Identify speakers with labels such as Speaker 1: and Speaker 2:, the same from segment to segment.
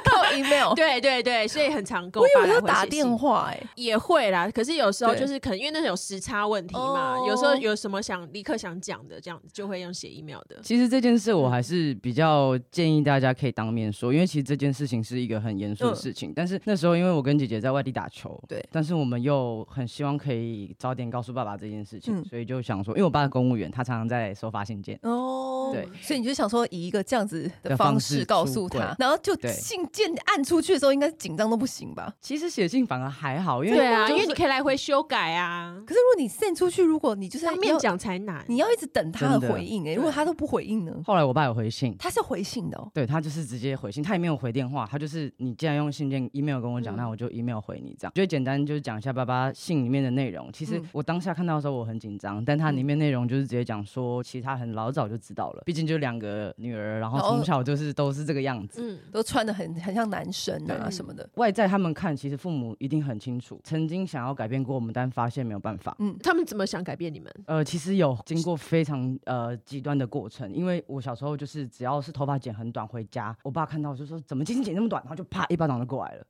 Speaker 1: 靠 email，
Speaker 2: 对对对，所以很常跟
Speaker 1: 我
Speaker 2: 我
Speaker 1: 以
Speaker 2: 爸
Speaker 1: 为
Speaker 2: 来
Speaker 1: 要
Speaker 2: 回
Speaker 1: 打
Speaker 2: 写信
Speaker 1: 电话哎，
Speaker 2: 也会啦，可是有时候
Speaker 1: 对
Speaker 2: 就是可能因为那是有时差问题嘛，
Speaker 1: 哦
Speaker 2: 有时候有什么想立刻想讲的，这样子就会用写 email 的。
Speaker 3: 其实这件事我还是比较建议大家可以当面说，因为其实这件事情是一个很严肃的事情。但是那时候因为我跟姐姐在外地打球，
Speaker 1: 对
Speaker 3: 但是我们又很希望可以早点告诉爸爸这件事情，
Speaker 1: 嗯
Speaker 3: 所以就想说，因为我爸是公务员，他常常在收发信件。
Speaker 1: 哦，
Speaker 3: 对，
Speaker 1: 所以你就想说以一个这样子的
Speaker 3: 的
Speaker 1: 方
Speaker 3: 方
Speaker 1: 式
Speaker 3: 式
Speaker 1: 告
Speaker 3: 出
Speaker 1: 诉他
Speaker 3: 轨，
Speaker 1: 然后就
Speaker 3: 对
Speaker 1: 信件按出去的时候，应该紧张都不行吧？
Speaker 3: 其实写信反而还好，因为
Speaker 2: 对啊，
Speaker 3: 就
Speaker 2: 因为
Speaker 3: 是
Speaker 2: 你可以来回修改啊，
Speaker 1: 可是如果你 send 出去，如果你就是要
Speaker 2: 当面，讲才难。
Speaker 1: 你要一直等他的
Speaker 3: 真的
Speaker 1: 回应哎、如果他都不回应呢？
Speaker 3: 后来我爸有回信。
Speaker 1: 他是回信的哦。
Speaker 3: 对他就是直接回信，他也没有回电话，他就是你既然用信件 email 跟我讲，
Speaker 2: 嗯
Speaker 3: 那我就 email 回你这样。就简单就是讲一下爸爸信里面的内容。其实
Speaker 1: 嗯
Speaker 3: 我当下看到的时候我很紧张，但他里面内容就是直接讲说，其实他很老早就知道了，毕竟就两个女儿，然后
Speaker 1: 哦
Speaker 3: 从小就是都是这个样子。
Speaker 2: 嗯，
Speaker 1: 都穿的很很像男生啊
Speaker 2: 对
Speaker 1: 什么的，
Speaker 3: 外在他们看，其实父母一定很清楚，曾经想要改变过我们，但发现没有办法。
Speaker 1: 嗯
Speaker 2: 他们怎么想改变你们？
Speaker 3: 呃，其实有经过非常呃极端的过程，因为我小时候就是只要是头发剪很短回家，我爸看到就说怎么今天剪那么短，然后就啪一巴掌就过来了。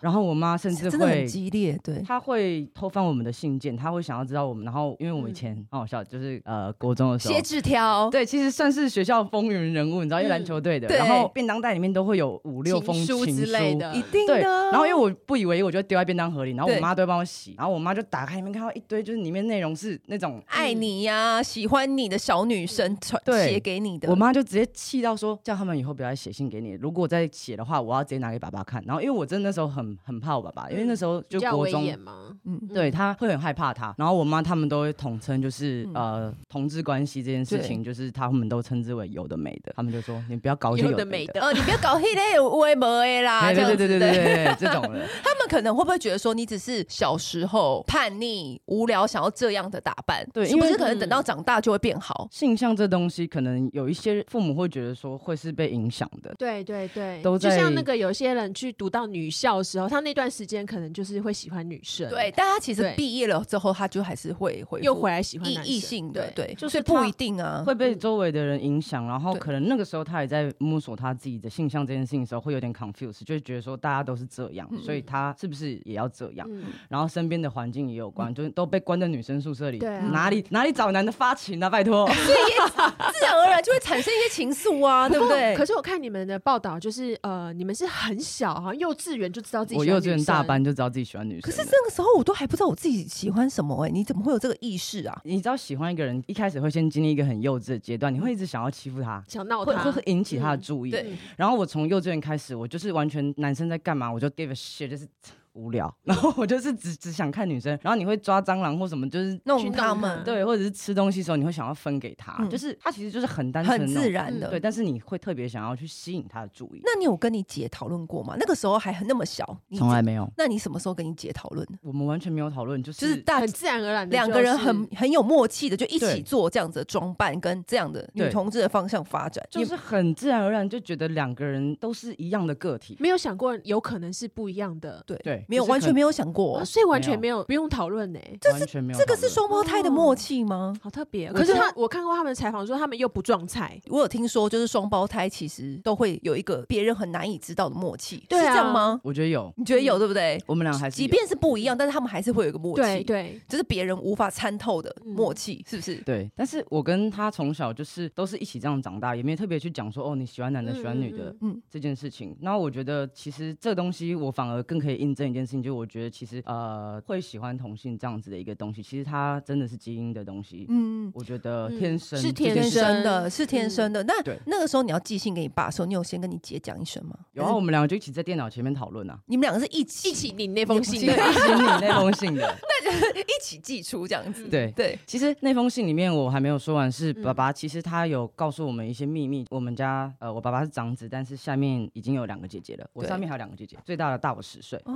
Speaker 3: 然后我妈甚至
Speaker 1: 真的很
Speaker 3: 会。
Speaker 1: 激烈。对，
Speaker 3: 她会偷翻我们的信件，她会想要知道我们，然后因为我
Speaker 1: 嗯
Speaker 3: 们以前很好笑，就是呃国中的时候
Speaker 1: 写，纸条，
Speaker 3: 对，其实算是学校风云人物，你知道，因为篮球队的，
Speaker 1: 嗯对
Speaker 3: 然后便当袋里面都会有五六封
Speaker 2: 情书
Speaker 3: 情
Speaker 2: 之类
Speaker 3: 书
Speaker 2: 的
Speaker 1: 一定的
Speaker 3: 对，
Speaker 1: 啊。
Speaker 3: 然后因为我不以为意，我就丢在便当盒里，然后
Speaker 1: 对
Speaker 3: 我妈都会帮我洗，然后我妈就打开里面看到一堆，就是里面内容是那种
Speaker 1: 爱你呀、喜欢你的小女生传
Speaker 3: 嗯对
Speaker 1: 写给你的，
Speaker 3: 我妈就直接气到说，叫他们以后不要再写信给你，如果再写的话，我要直接拿给爸爸看。然后因为我真的那时候很很怕我爸爸，因为那时候就
Speaker 2: 比较
Speaker 3: 国
Speaker 2: 威
Speaker 3: 中。
Speaker 2: 严吗？
Speaker 1: 嗯
Speaker 3: 对，他会很害怕他，然后我妈他们都会统称就是、呃同志关系这件事情，就是他们都称之为有的没的，他们就说你不要搞一些
Speaker 2: 有
Speaker 3: 的
Speaker 2: 的没
Speaker 3: 的，
Speaker 2: 的，哦
Speaker 1: 呃，你不要搞黑嘞，我也没啦，
Speaker 3: 哎
Speaker 1: 这
Speaker 3: 对
Speaker 1: 样
Speaker 3: 对
Speaker 1: 子
Speaker 3: 对对对对对，对这种的，
Speaker 1: 他们可能会不会觉得说你只是小时候叛逆、无聊，想要这样的打扮？
Speaker 3: 对
Speaker 1: 是不是
Speaker 3: 因为嗯
Speaker 1: 可能等到长大就会变好？
Speaker 3: 性向这东西，可能有一些父母会觉得说会是被影响的，
Speaker 2: 对对对，
Speaker 3: 都
Speaker 2: 就
Speaker 3: 在
Speaker 2: 像那个有些人去读到女校的时候，他那段时间可能就是会喜欢女生，
Speaker 1: 对，，但他其实
Speaker 2: 对
Speaker 1: 毕业了之后，他就还是会回
Speaker 2: 又回
Speaker 1: 来
Speaker 2: 来喜欢
Speaker 1: 异
Speaker 2: 男生
Speaker 1: 异性的，对，
Speaker 3: 就是
Speaker 1: 所以
Speaker 3: 他
Speaker 2: 嗯
Speaker 1: 不一定啊。
Speaker 3: 会被周围的的人影响，然后
Speaker 1: 对
Speaker 3: 可能那个时候他也在摸索他自己的性向这件事情的时候，会有点 confused，就会觉得说大家都是这样，所以他是不是也要这样？
Speaker 2: 嗯，
Speaker 3: 然后身边的环境也有关，就是都被关在女生宿舍里，
Speaker 2: 对啊
Speaker 3: 哪里哪里找男的发情啊？拜托，
Speaker 1: 自然而然就会产生一些情愫 啊，对不对？
Speaker 2: 可是我看你们的报道，就是呃，你们是很小，好像幼稚园就知道自己
Speaker 3: 我
Speaker 2: 喜欢
Speaker 3: 幼稚园
Speaker 2: 女
Speaker 3: 大
Speaker 2: 生，
Speaker 3: 班就知道自己喜欢女
Speaker 1: 可
Speaker 3: 生了。
Speaker 1: 是那个时候我都还不知道我自己喜欢什么哎、你怎么会有这个意识啊？
Speaker 3: 你知道喜欢一个人，一开始会先经历一个很幼稚的阶段，你会一直想要欺负他，
Speaker 2: 想闹
Speaker 3: 会
Speaker 2: 他，嗯
Speaker 3: 会引起他的注意。
Speaker 1: 对
Speaker 3: 然后我从幼稚园开始，我就是完全男生在干嘛，我就 give a shit，就是无聊， 然后我就是只只想看女生。然后你会抓蟑螂或什么，就是
Speaker 1: 弄
Speaker 2: 弄
Speaker 1: 他
Speaker 2: 他
Speaker 1: 们，
Speaker 3: 对，或者是吃东西的时候，你会想要分给他，
Speaker 1: 嗯
Speaker 3: 就是他其实就是很单纯
Speaker 1: 很
Speaker 3: 的那
Speaker 1: 自
Speaker 3: 种。
Speaker 1: 然的。
Speaker 3: 对，但是你会特别想要去吸引他的注意。
Speaker 1: 那你有跟你姐讨论过吗？那个时候还很那么小，你姐
Speaker 3: 从来。没有，
Speaker 1: 那你什么时候跟你姐讨论呢？
Speaker 3: 我们完全没有讨论，就
Speaker 1: 就是是大
Speaker 2: 很自然而然的
Speaker 1: 两个人
Speaker 2: 就是
Speaker 1: 很很有默契的，就一起
Speaker 3: 对
Speaker 1: 做这样子的装扮跟这样的女
Speaker 3: 对
Speaker 1: 同志的方向发展。
Speaker 3: 就
Speaker 1: 也
Speaker 3: 是很自然而然就觉得两个人都是一样的个体。
Speaker 2: 没有想过有可能是不一样的，
Speaker 1: 对
Speaker 3: 对
Speaker 1: 嗯没有
Speaker 3: 就是
Speaker 1: 完全
Speaker 3: 可
Speaker 1: 没有想过
Speaker 2: 啊
Speaker 1: 哦，
Speaker 2: 所以完全
Speaker 3: 没
Speaker 2: 没有不用讨论呢。
Speaker 3: 完全没有
Speaker 1: 这
Speaker 3: 讨论。
Speaker 1: 个是双胞胎的默契吗？
Speaker 2: 好特别，哦
Speaker 1: 我
Speaker 2: 可是
Speaker 1: 知道
Speaker 2: 他，我看过他们的采访说，他们又不撞菜，
Speaker 1: 我有听说，就是双胞胎其实都会有一个别人很难以知道的默契，
Speaker 2: 对啊
Speaker 1: 是这样吗？
Speaker 3: 我觉得有，
Speaker 1: 你觉得有对不对？
Speaker 3: 我们俩还是
Speaker 1: 即
Speaker 3: 有
Speaker 1: 便是不一样，但是他们还是会有一个默契，
Speaker 2: 对对，
Speaker 1: 就是别人无法参透的
Speaker 2: 嗯
Speaker 1: 默契，是不是？
Speaker 3: 对，但是我跟他从小就是都是一起这样长大，也没有特别去讲说哦你喜欢男的喜欢女的
Speaker 2: 嗯
Speaker 1: 嗯
Speaker 3: 这件事情。那我觉得其实这东西我反而更可以印证一件事情，就是我觉得其实呃会喜欢同性这样子的一个东西，其实它真的是基因的东西，
Speaker 1: 嗯，
Speaker 3: 我觉得
Speaker 2: 嗯
Speaker 3: 天生
Speaker 2: 是
Speaker 3: 这
Speaker 2: 天
Speaker 3: 件
Speaker 1: 天
Speaker 3: 事
Speaker 2: 生
Speaker 1: 生的，是天
Speaker 2: 嗯
Speaker 1: 生的。那
Speaker 3: 对
Speaker 1: 那个时候你要寄信给你爸的时候，你有先跟你姐讲一声吗？，
Speaker 3: 啊然后我们两个就一起在电脑前面讨论啊
Speaker 1: 你们两个是一起
Speaker 2: 一起领那封信，
Speaker 1: 对
Speaker 3: 一起拟那封信 的，
Speaker 1: 一起寄出这样子，
Speaker 3: 对。
Speaker 1: 对，
Speaker 3: 其实那封信里面我还没有说完，是
Speaker 2: 嗯
Speaker 3: 爸爸。其实他有告诉我们一些秘密。我们家呃，我爸爸是长子，但是下面已经有两个姐姐了，我
Speaker 1: 对
Speaker 3: 上面还有两个姐姐，最大的大我十岁。
Speaker 1: 哦，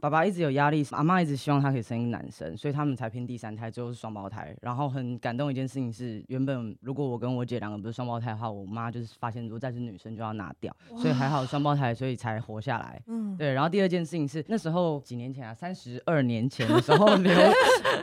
Speaker 3: 爸爸一直有压力，阿妈一直希望他可以生一个男生，所以他们才拼第三胎，最后是双胞胎。然后很感动一件事情是，原本如果我跟我姐两个不是双胞胎的话，我妈就是发现如果再是女生就要拿掉，所以还好双胞胎，所以才活下来。
Speaker 1: 嗯，
Speaker 3: 对，然后第二件事情是那时候几年前啊，三十二年前的时候流，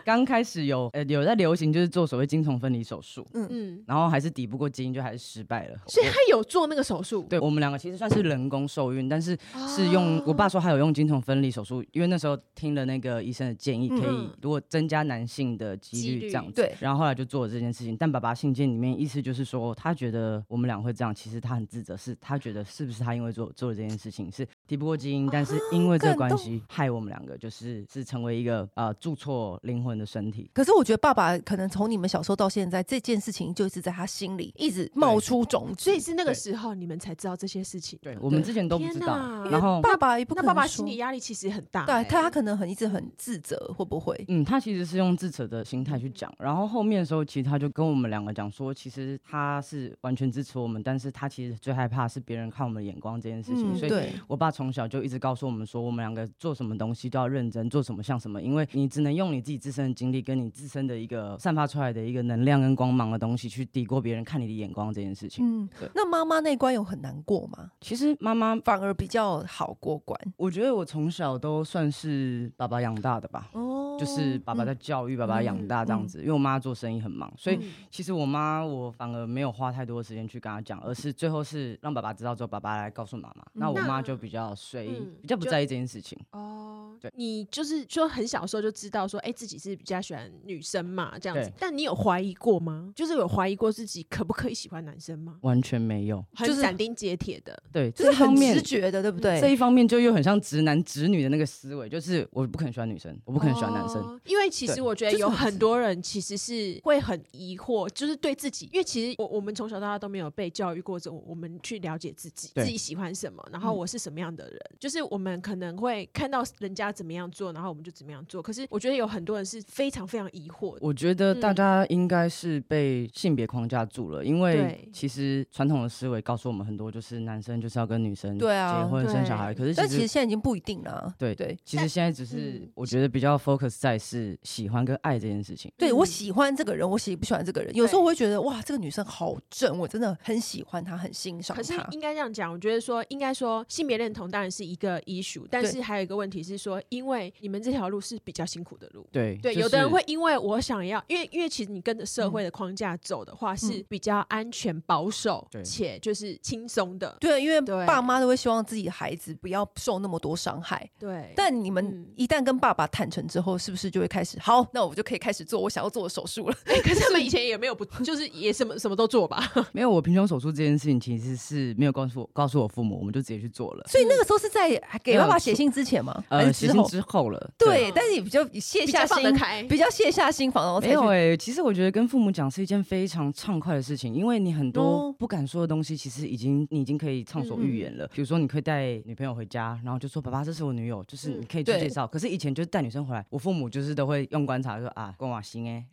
Speaker 3: 刚开始有呃有在流行就是做所谓精虫分离手术，
Speaker 2: 嗯，
Speaker 3: 然后还是抵不过基因，就还是失败了。
Speaker 2: 所以他有做那个手术，
Speaker 3: 对我们两个其实算是人工受孕，但是
Speaker 2: 哦
Speaker 3: 是用、我爸说他有用精虫分离手术，因为那时候听了那个医生的建议，可以
Speaker 2: 嗯
Speaker 3: 如果增加男性的几
Speaker 2: 几
Speaker 3: 率
Speaker 2: 率
Speaker 3: 这样子。
Speaker 1: 对
Speaker 3: 然后后来就做了这件事情，但爸爸信件里面意思就是说，他觉得我们俩会这样，其实他很自责，是他觉得是不是他因为做做了这件事情是敌不过基因，但是因为这
Speaker 2: 哦
Speaker 3: 个
Speaker 1: 感
Speaker 3: 关系害我们两个就是是成为一个呃住错灵魂的身体。
Speaker 1: 可是我觉得爸爸可能从你们小时候到现在，这件事情就一直在他心里一直冒出种子。
Speaker 2: 所以是那个时候你们才知道这些事情。
Speaker 3: 对我们
Speaker 1: 对
Speaker 3: 之前都不
Speaker 2: 天
Speaker 3: 知道
Speaker 2: 哪，
Speaker 3: 然后
Speaker 1: 爸爸也不可
Speaker 2: 那
Speaker 1: 能
Speaker 2: 爸爸
Speaker 1: 说
Speaker 2: 心理压力其实很大、
Speaker 1: 对
Speaker 2: 欸，
Speaker 1: 他他可能很一直很自责，会不会？
Speaker 3: 嗯，他其实是用自责的心态去讲，然后后面的时候，其实他就跟我们两个讲说，其实他是完全支持我们，但是他其实最害怕是别人看我们的眼光这件事情，
Speaker 1: 嗯
Speaker 3: 所以。
Speaker 1: 对，
Speaker 3: 我爸从小就一直告诉我们说，我们两个做什么东西都要认真，做什么像什么，因为你只能用你自己自身的经历跟你自身的一个散发出来的一个能量跟光芒的东西去抵过别人看你的眼光这件事情。
Speaker 1: 嗯
Speaker 3: 对，
Speaker 1: 那妈妈那一关有很难过吗？
Speaker 3: 其实妈妈，
Speaker 1: 反而比较好过关
Speaker 3: 我觉得我从小都算是爸爸养大的吧，
Speaker 1: 哦
Speaker 3: 就是爸爸在教育，爸爸养大这样子。因为我妈做生意很忙，
Speaker 2: 嗯
Speaker 3: 所以
Speaker 1: 嗯
Speaker 3: 其实我妈我反而没有花太多的时间去跟她讲，而是最后是让爸爸知道之后，爸爸来告诉妈妈。那我妈就比较随意
Speaker 2: 嗯，
Speaker 3: 比较不
Speaker 2: 就
Speaker 3: 在意这件事情。
Speaker 2: 哦
Speaker 3: 对，
Speaker 2: 你就是说很小的时候就知道说，哎、自己是比较喜欢女生嘛，这样子
Speaker 3: 对。
Speaker 2: 但你有怀疑过吗？就是有怀疑过自己可不可以喜欢男生吗？
Speaker 3: 完全没有，
Speaker 1: 就
Speaker 2: 很
Speaker 1: 是
Speaker 2: 斩钉截铁的，
Speaker 3: 对
Speaker 1: 就是
Speaker 3: 这一
Speaker 1: 很
Speaker 3: 方
Speaker 1: 直
Speaker 3: 面，
Speaker 1: 觉的，对不
Speaker 3: 这
Speaker 1: 对？
Speaker 3: 一方面就又很像直男直女的那个思维，就是我不可能喜欢女生，我不
Speaker 2: 不
Speaker 3: 可能喜欢男生。
Speaker 2: 哦因为其实
Speaker 3: 对
Speaker 2: 我觉得
Speaker 1: 就是
Speaker 2: 有
Speaker 1: 很
Speaker 2: 很
Speaker 1: 直
Speaker 2: 多人其实是会很疑惑，就是对自己，因为其实我我们从小到大都没有被教育过这种，我们去了解自己，
Speaker 3: 对嗯
Speaker 2: 自己喜欢什么，然后我是什么样的人，就是我们可能会看到人家怎么样做，然后我们就怎么样做。可是我觉得有很多人是非常非常疑惑的，
Speaker 3: 我觉得大
Speaker 2: 嗯
Speaker 3: 家应该是被性别框架住了，因为
Speaker 2: 对
Speaker 3: 其实传统的思维告诉我们很多，就是男生就是要跟女生
Speaker 1: 对啊
Speaker 3: 结婚生小
Speaker 2: 对
Speaker 3: 孩，可是
Speaker 1: 但
Speaker 3: 其
Speaker 1: 其实
Speaker 3: 实
Speaker 1: 现在已经不一定了啊。
Speaker 3: 对
Speaker 1: 对，
Speaker 3: 其实现在只是
Speaker 2: 嗯
Speaker 3: 我觉得比较 focus focus 在是喜欢跟爱这件事情。
Speaker 1: 对我
Speaker 2: 嗯
Speaker 1: 喜欢这个人，我喜不喜欢这个人？有时候我会觉得哇，这个女生好正，我真的很喜欢她，很欣赏
Speaker 2: 可是
Speaker 1: 她。
Speaker 2: 应该这样讲，我觉得说，应该说性别认同当然是一个 issue，但
Speaker 1: 对
Speaker 2: 是还有一个问题是说，因为你们这条路是比较辛苦的路。
Speaker 3: 对
Speaker 2: 对，
Speaker 3: 就
Speaker 2: 有的人
Speaker 3: 是
Speaker 2: 会因为我想要，因为因为其实你跟着社会的框架走的话，是比较安全、保守，
Speaker 3: 对
Speaker 2: 且就是轻松的。
Speaker 1: 对，因为
Speaker 2: 对
Speaker 1: 爸妈都会希望自己的孩子不要受那么多伤害。
Speaker 2: 对，
Speaker 1: 但你们
Speaker 2: 嗯
Speaker 1: 一旦跟爸爸坦诚之后，是不是就会开始好？那我就可以开始做我想要做的手术了。
Speaker 2: 哎可是他们以前也没有不，就是也什么什么都做吧。
Speaker 3: 没有我平胸手术这件事情，其实是没有告诉我告诉我父母，我们就直接去做了。
Speaker 1: 所以那个时候是在给爸
Speaker 3: 没
Speaker 1: 爸
Speaker 3: 有
Speaker 1: 写信之前吗？还是
Speaker 3: 呃，写
Speaker 1: 之
Speaker 3: 信
Speaker 1: 后？
Speaker 3: 之后了，
Speaker 1: 对，
Speaker 2: 对
Speaker 1: 但是你比较卸
Speaker 2: 比
Speaker 1: 下
Speaker 2: 较放
Speaker 1: 心
Speaker 2: 得开
Speaker 1: 比较卸下心防，哦然后才
Speaker 3: 没
Speaker 1: 去
Speaker 3: 有哎、其实我觉得跟父母讲是一件非常畅快的事情，因为你很多
Speaker 1: 哦嗯
Speaker 3: 不敢说的东西，其实已经你已经可以畅所欲言了。比如说，你可以带女朋友回家，然后就说：“爸爸，这是我女友。”就是你可以去
Speaker 1: 嗯对
Speaker 3: 介绍。可是以前就是带女生回来，我父母就是都会用观察说：“啊，关瓦心哎，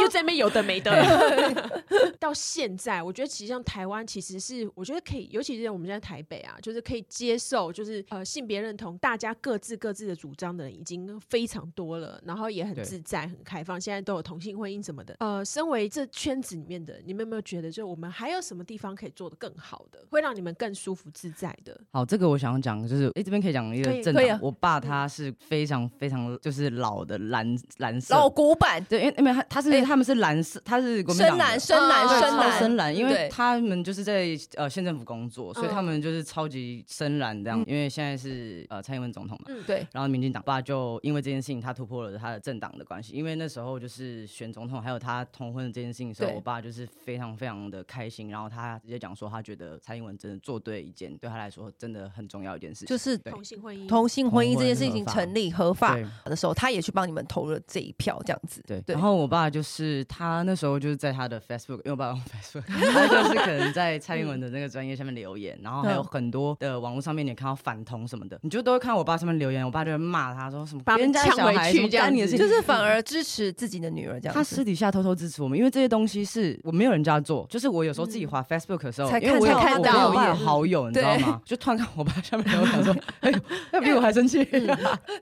Speaker 2: 又在那边有的没的。 到现在，我觉得其实像台湾，其实是我觉得可以，尤其是我们现在台北啊，就是可以接受，就是呃性别认同，大家各自各自的主张的人已经非常多了，然后也很
Speaker 3: 对
Speaker 2: 自在、很开放，现在都有同性婚姻什么的。呃，身为这圈子里面的，你们有没有觉得，就我们还有什么地方可以做得更好的，会让你们更舒服自在的？
Speaker 3: 好，这个我想讲就是，哎、这边可以讲一
Speaker 2: 可以
Speaker 3: 个政
Speaker 1: 可以
Speaker 3: 党
Speaker 1: 啊，
Speaker 3: 我爸他是非常非常就是老的蓝蓝色，
Speaker 1: 老古板。
Speaker 3: 对，因为因为他他是、
Speaker 1: 哎
Speaker 3: 他们是蓝色，他是国民
Speaker 1: 深
Speaker 3: 党的
Speaker 1: 蓝，。深蓝，
Speaker 2: 对
Speaker 3: 对
Speaker 1: 深
Speaker 3: 超
Speaker 1: 蓝，
Speaker 3: 深蓝，因为
Speaker 1: 对
Speaker 3: 他们就是在呃县政府工作，所以
Speaker 2: 嗯
Speaker 3: 他们就是超级深蓝
Speaker 1: 嗯
Speaker 3: 这样。因为现在是呃蔡英文总统嘛，
Speaker 2: 嗯
Speaker 1: 对
Speaker 3: 然后民进党爸就因为这件事情，他突破了他的政党的关系，因为那时候就是选总统，还有他同婚的这件事情的时候，
Speaker 1: 对
Speaker 3: 我爸就是非常非常的开心，然后他直接讲说，他觉得蔡英文真的做对一件，对他来说真的很重要一件事情。
Speaker 1: 就是
Speaker 3: 对
Speaker 2: 同性婚姻，
Speaker 1: 同性婚姻这件事情
Speaker 3: 同婚合法
Speaker 1: 成立合法
Speaker 3: 对
Speaker 1: 的时候，他也去帮你们投了这一票，这样子。
Speaker 3: 对，
Speaker 1: 对
Speaker 3: 然后我爸就是他那时候就是在他的 Facebook，因为我爸用 Facebook，他就是可能在蔡英文的那个专业下面留言，然后还有
Speaker 1: 嗯
Speaker 3: 很多的网络上面你也看到反同什么的，你就都会看到我爸上面留言，我爸就会骂他说什么
Speaker 2: 把他
Speaker 3: 别人家
Speaker 2: 呛
Speaker 3: 小
Speaker 2: 回
Speaker 3: 孩
Speaker 2: 去
Speaker 3: 什么
Speaker 2: 这样
Speaker 3: 干你的
Speaker 2: 子
Speaker 3: 事情，嗯
Speaker 1: 就是反而支持自己的女儿这
Speaker 3: 他
Speaker 1: 样
Speaker 3: 私
Speaker 1: 子。
Speaker 3: 底下偷偷支持我们，因为这些东西是我没有人家做，就是我有时候自己滑 Facebook 的时候，
Speaker 1: 嗯才
Speaker 3: 因为
Speaker 1: 看
Speaker 3: 我有
Speaker 1: 才看
Speaker 3: 我
Speaker 1: 到
Speaker 3: 我爸有
Speaker 1: 嗯
Speaker 3: 好友，你知道
Speaker 1: 对
Speaker 3: 吗？就突然看我爸下面留言 想说，哎呦，他比我还生气。
Speaker 1: 嗯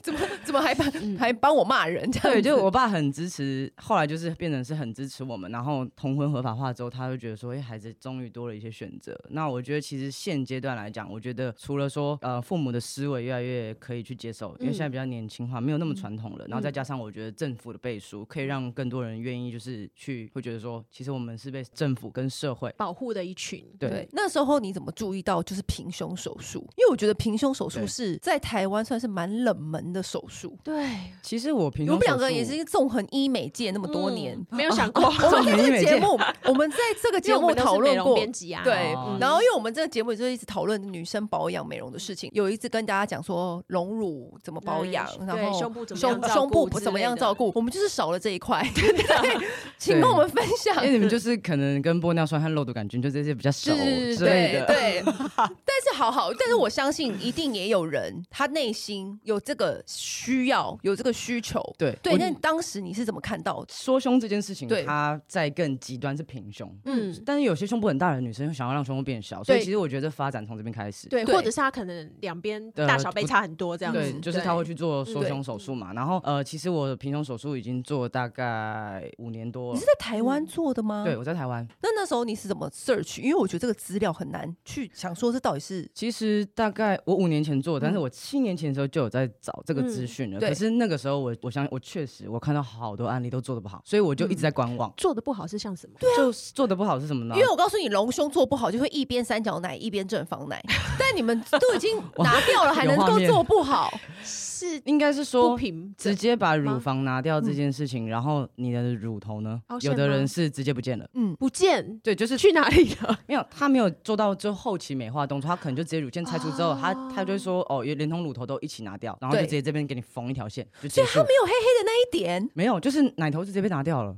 Speaker 1: 怎么怎么还帮还帮我骂人？这样
Speaker 3: 嗯对，
Speaker 1: 子
Speaker 3: 就我爸很支持，后来就是变成是很支持我们。然后同婚合法化之后，他就觉得说，哎、孩子终于多了一些选择。那我觉得其实现阶段来讲，我觉得除了说呃父母的思维越来越可以去接受，因为现
Speaker 1: 嗯
Speaker 3: 在比较年轻化，没有那么传统了。然后再加上我觉得政府的背书，可以让更多人愿意就是去会觉得说，其实我们是被政府跟社会
Speaker 2: 保护的一群，
Speaker 3: 对。
Speaker 1: 对，那时候你怎么注意到就是平胸手术？因为我觉得平胸手术
Speaker 3: 对
Speaker 1: 是在台湾算是蛮冷门的手术。
Speaker 2: 对，
Speaker 3: 其实我平
Speaker 1: 我
Speaker 3: 常
Speaker 1: 们两个也是纵横医美界那么多年，哦
Speaker 2: 嗯没有想过
Speaker 1: 我们
Speaker 3: 纵
Speaker 1: 在
Speaker 3: 横
Speaker 1: 这
Speaker 3: 医
Speaker 1: 个
Speaker 3: 美
Speaker 1: 节
Speaker 3: 界
Speaker 1: 目，我们在这个节目讨论过，
Speaker 2: 编辑啊，
Speaker 1: 对，
Speaker 3: 哦
Speaker 1: 然后因为我们这个节目也就一直讨论女生保养美容的事情，有一次跟大家讲说隆乳怎么保养，
Speaker 2: 嗯
Speaker 1: 然
Speaker 2: 对
Speaker 1: 后
Speaker 2: 胸部怎么样
Speaker 1: 胸
Speaker 2: 照
Speaker 1: 胸部
Speaker 2: 顾
Speaker 1: 不
Speaker 2: 之
Speaker 1: 怎么
Speaker 2: 类
Speaker 1: 样
Speaker 2: 的啊
Speaker 1: 照顾，我们就是少了这一 块，对， 请
Speaker 3: 对
Speaker 1: 跟我们分享
Speaker 3: 因。为你们就是可能跟玻尿酸和肉毒杆菌就这些比较熟
Speaker 1: 是，
Speaker 3: 之类
Speaker 1: 对
Speaker 3: 的，
Speaker 1: 对，但是好好，但是我相信一定也有人，他内心有这个需要，有这个需求，
Speaker 3: 对
Speaker 1: 对。
Speaker 3: 我
Speaker 1: 那当时你是怎么看到的？
Speaker 3: 缩胸这件事情
Speaker 1: 对，
Speaker 3: 它在更极端是平胸，
Speaker 2: 嗯，
Speaker 3: 但是有些胸部很大的女生又想要让胸部变小，所以
Speaker 1: 对
Speaker 3: 其实我觉得发展从这边开始。
Speaker 2: 对，
Speaker 1: 对
Speaker 2: 或者是他可能两边
Speaker 3: 呃
Speaker 2: 大小杯
Speaker 3: 不
Speaker 2: 差很多这样
Speaker 3: 对
Speaker 2: 子，
Speaker 3: 就是他会去做缩胸手术嘛，然后呃，其实我平胸手术已经做大概五年多
Speaker 1: 你
Speaker 3: 了
Speaker 1: 是。在台湾
Speaker 2: 嗯
Speaker 1: 做的吗？
Speaker 3: 对，我在台湾，
Speaker 1: 那那时候你是怎么 search？因为我觉得这个资料很难去想说这到底是
Speaker 3: 其实大概我五年前做，但是我七年前的时候就有在找这个资讯了。
Speaker 1: 嗯对
Speaker 3: 可是那个时候我我相信我确实我看到好多案例都做的不好，所以我就一直在观望。
Speaker 2: 做的不好是像什么？
Speaker 3: 就是做的不好是什么呢？
Speaker 1: 嗯啊因为我告诉你，隆胸做不好就会一边三角奶一边正方奶， 但你们都已经拿掉了，还能
Speaker 3: 有
Speaker 1: 够
Speaker 3: 画面
Speaker 1: 做不好？
Speaker 2: 是
Speaker 3: 应该是说
Speaker 2: 不平
Speaker 3: 直
Speaker 2: 整，
Speaker 3: 接把
Speaker 2: 吗
Speaker 3: 乳房拿掉这件事情，然后你的乳头呢
Speaker 2: 凹？陷
Speaker 3: 有的
Speaker 2: 哦吗
Speaker 3: 人是直接不见了。
Speaker 1: 嗯，
Speaker 2: 不见
Speaker 3: 对，就是
Speaker 2: 去哪里了？
Speaker 3: 没有他没有做到就后期美化动作，他可能就直接乳腺
Speaker 2: 哦
Speaker 3: 拆除之后，他他就会说哦，也连同乳头都一起拿掉，然后就
Speaker 1: 对
Speaker 3: 直接这边给你缝一条线就结束。
Speaker 1: 没有黑黑的那一点，
Speaker 3: 没有，就是奶头就直接被拿掉
Speaker 2: 哎
Speaker 3: 了。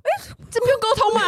Speaker 2: 这不用沟通吗？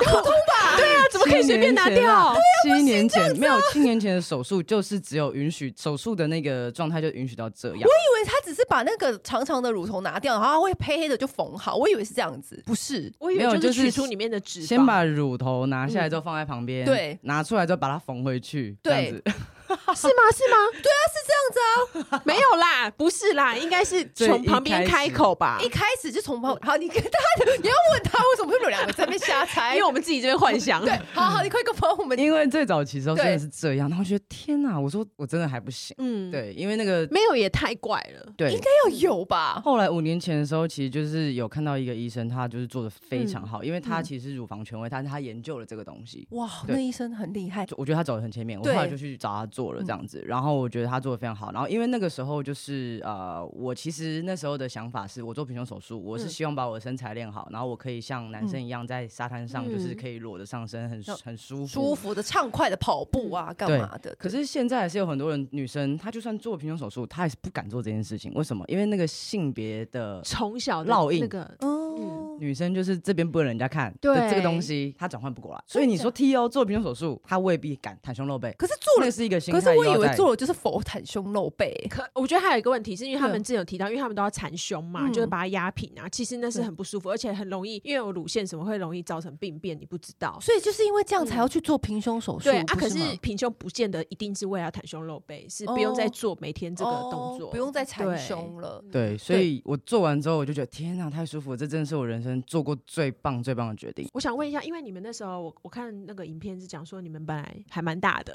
Speaker 2: 对啊，怎么可以随便拿
Speaker 3: 七年前
Speaker 2: 掉？
Speaker 3: 啊七年前没有，七年前的手术就是只有允许手术的那个状态就允许到这样。
Speaker 1: 我以为他只是把那个长长的乳头拿掉，然后他会黑黑的就缝好，我以为是这样子，不是。
Speaker 2: 我以
Speaker 3: 没有
Speaker 2: 为
Speaker 3: 就是
Speaker 2: 取出里面的脂肪， 嗯
Speaker 3: 先把乳头拿下来之后放在旁边，
Speaker 1: 对
Speaker 3: 拿出来之后把它缝回去，这样
Speaker 1: 对
Speaker 3: 子。
Speaker 2: 是吗？是 吗？对啊，是这样子啊，没有啦，不是啦，应该是
Speaker 3: 最
Speaker 2: 从
Speaker 3: 一
Speaker 2: 旁边
Speaker 3: 开
Speaker 2: 开
Speaker 3: 始
Speaker 2: 口吧，
Speaker 1: 啊一开始就从旁好，你跟他的，你要问他为什么会有两个在那边瞎猜？
Speaker 2: 因 为我们自己这边幻想，
Speaker 1: 对，好好，你快跟朋友们，
Speaker 3: 因为最早期的时候真
Speaker 1: 对
Speaker 3: 的是这样，然后我觉得天哪，我说我真的还不行。
Speaker 2: 嗯，，
Speaker 3: 对，因为那个
Speaker 2: 没有也太怪了，
Speaker 3: 对，
Speaker 1: 要有吧？
Speaker 3: 后来五年前的时候，其实就是有看到一个医生，他就是做的非
Speaker 1: 嗯
Speaker 3: 常好，因为他其实是乳房权威，但是他研究了这个东西。
Speaker 1: 哇，
Speaker 3: 对
Speaker 1: 那医生很厉害，
Speaker 3: 就我觉得他走得很前面，我后
Speaker 1: 对嗯
Speaker 3: 来就去找他做了这样子，然后我觉得他做的非常好。然后因为那个时候就是呃，我其实那时候的想法是我做平胸手术，我是
Speaker 1: 嗯
Speaker 3: 希望把我的身材练好，然后我可以像男生一样在沙滩上就是
Speaker 2: 嗯
Speaker 3: 可以裸着上身，很
Speaker 1: 就
Speaker 3: 很舒服。
Speaker 1: 舒服的、畅快的跑步啊，干嘛的？
Speaker 3: 可是现在还是有很多人女生，她就算做平胸手术，她还是不敢做这件事情。为什么？因为那个性别的
Speaker 2: 从小的
Speaker 3: 烙印
Speaker 2: 那个，
Speaker 1: 哦，
Speaker 3: 女生就是这边不能人家看，
Speaker 2: 对
Speaker 3: 这个东西她转换不过来。所以你说 T O 做平胸手术，她未必敢袒胸露背，
Speaker 1: 可是做
Speaker 3: 那
Speaker 1: 了
Speaker 3: 个，是一个心
Speaker 1: 可
Speaker 3: 态。
Speaker 1: 是我以为做，了就是否袒胸露背，
Speaker 2: 可我觉得还有一个问题，是因为他们
Speaker 1: 对
Speaker 2: 之前有提到，因为他们都要缠胸嘛，
Speaker 1: 嗯
Speaker 2: 就是把它压平啊，其实那是
Speaker 1: 对
Speaker 2: 很不舒服，而且很容易，因为有乳腺什么会容易造成病变，你不知道。
Speaker 1: 所以就是因为这样才要去做平胸手术，
Speaker 2: 对啊，
Speaker 1: 不
Speaker 2: 可
Speaker 1: 是吗
Speaker 2: 是平胸不见得一定是为了袒胸露背，是不用再
Speaker 1: 哦
Speaker 2: 做每天这个动作，
Speaker 1: 哦不用再缠
Speaker 2: 对
Speaker 1: 胸了。
Speaker 2: 嗯
Speaker 3: 对，所以我做完之后，我就觉得天哪，太舒服了，这真的是我人生做过最棒最棒的决定，
Speaker 2: 我想问一下，因为你们那时候我我看那个影片是讲说你们本来还蛮大的，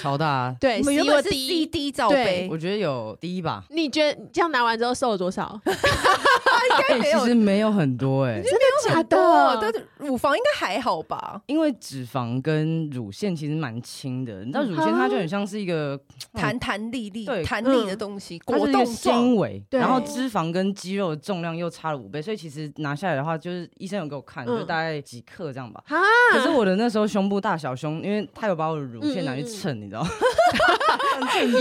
Speaker 3: 超大、啊。
Speaker 2: 对
Speaker 1: 你们原本是 CD 罩杯
Speaker 2: 对，
Speaker 3: 我觉得有第一吧，
Speaker 2: 你觉得你这样拿完之后瘦了多少？
Speaker 3: 哎、
Speaker 1: 没有
Speaker 3: 其实没有很多哎、
Speaker 2: 真 的假
Speaker 1: 哦
Speaker 2: 的？
Speaker 1: 但是乳房应该还好吧？
Speaker 3: 因为脂肪跟乳腺其实蛮轻的，你知道乳腺它就很像是一个
Speaker 1: 嗯弹弹力力
Speaker 3: 嗯对
Speaker 1: 弹力的东西，
Speaker 3: 它
Speaker 1: 果
Speaker 3: 是一个
Speaker 1: 冻状
Speaker 3: 纤。维，
Speaker 2: 对
Speaker 3: 然后脂肪跟肌肉的重量又差了五倍，所以其实拿下来的话，就是医生有给我看，
Speaker 2: 嗯
Speaker 3: 就大概几克这样吧。
Speaker 2: 啊，
Speaker 3: 可是我的那时候胸部大小胸，因为他有把我的乳
Speaker 2: 嗯
Speaker 3: 腺拿去称，你知道吗？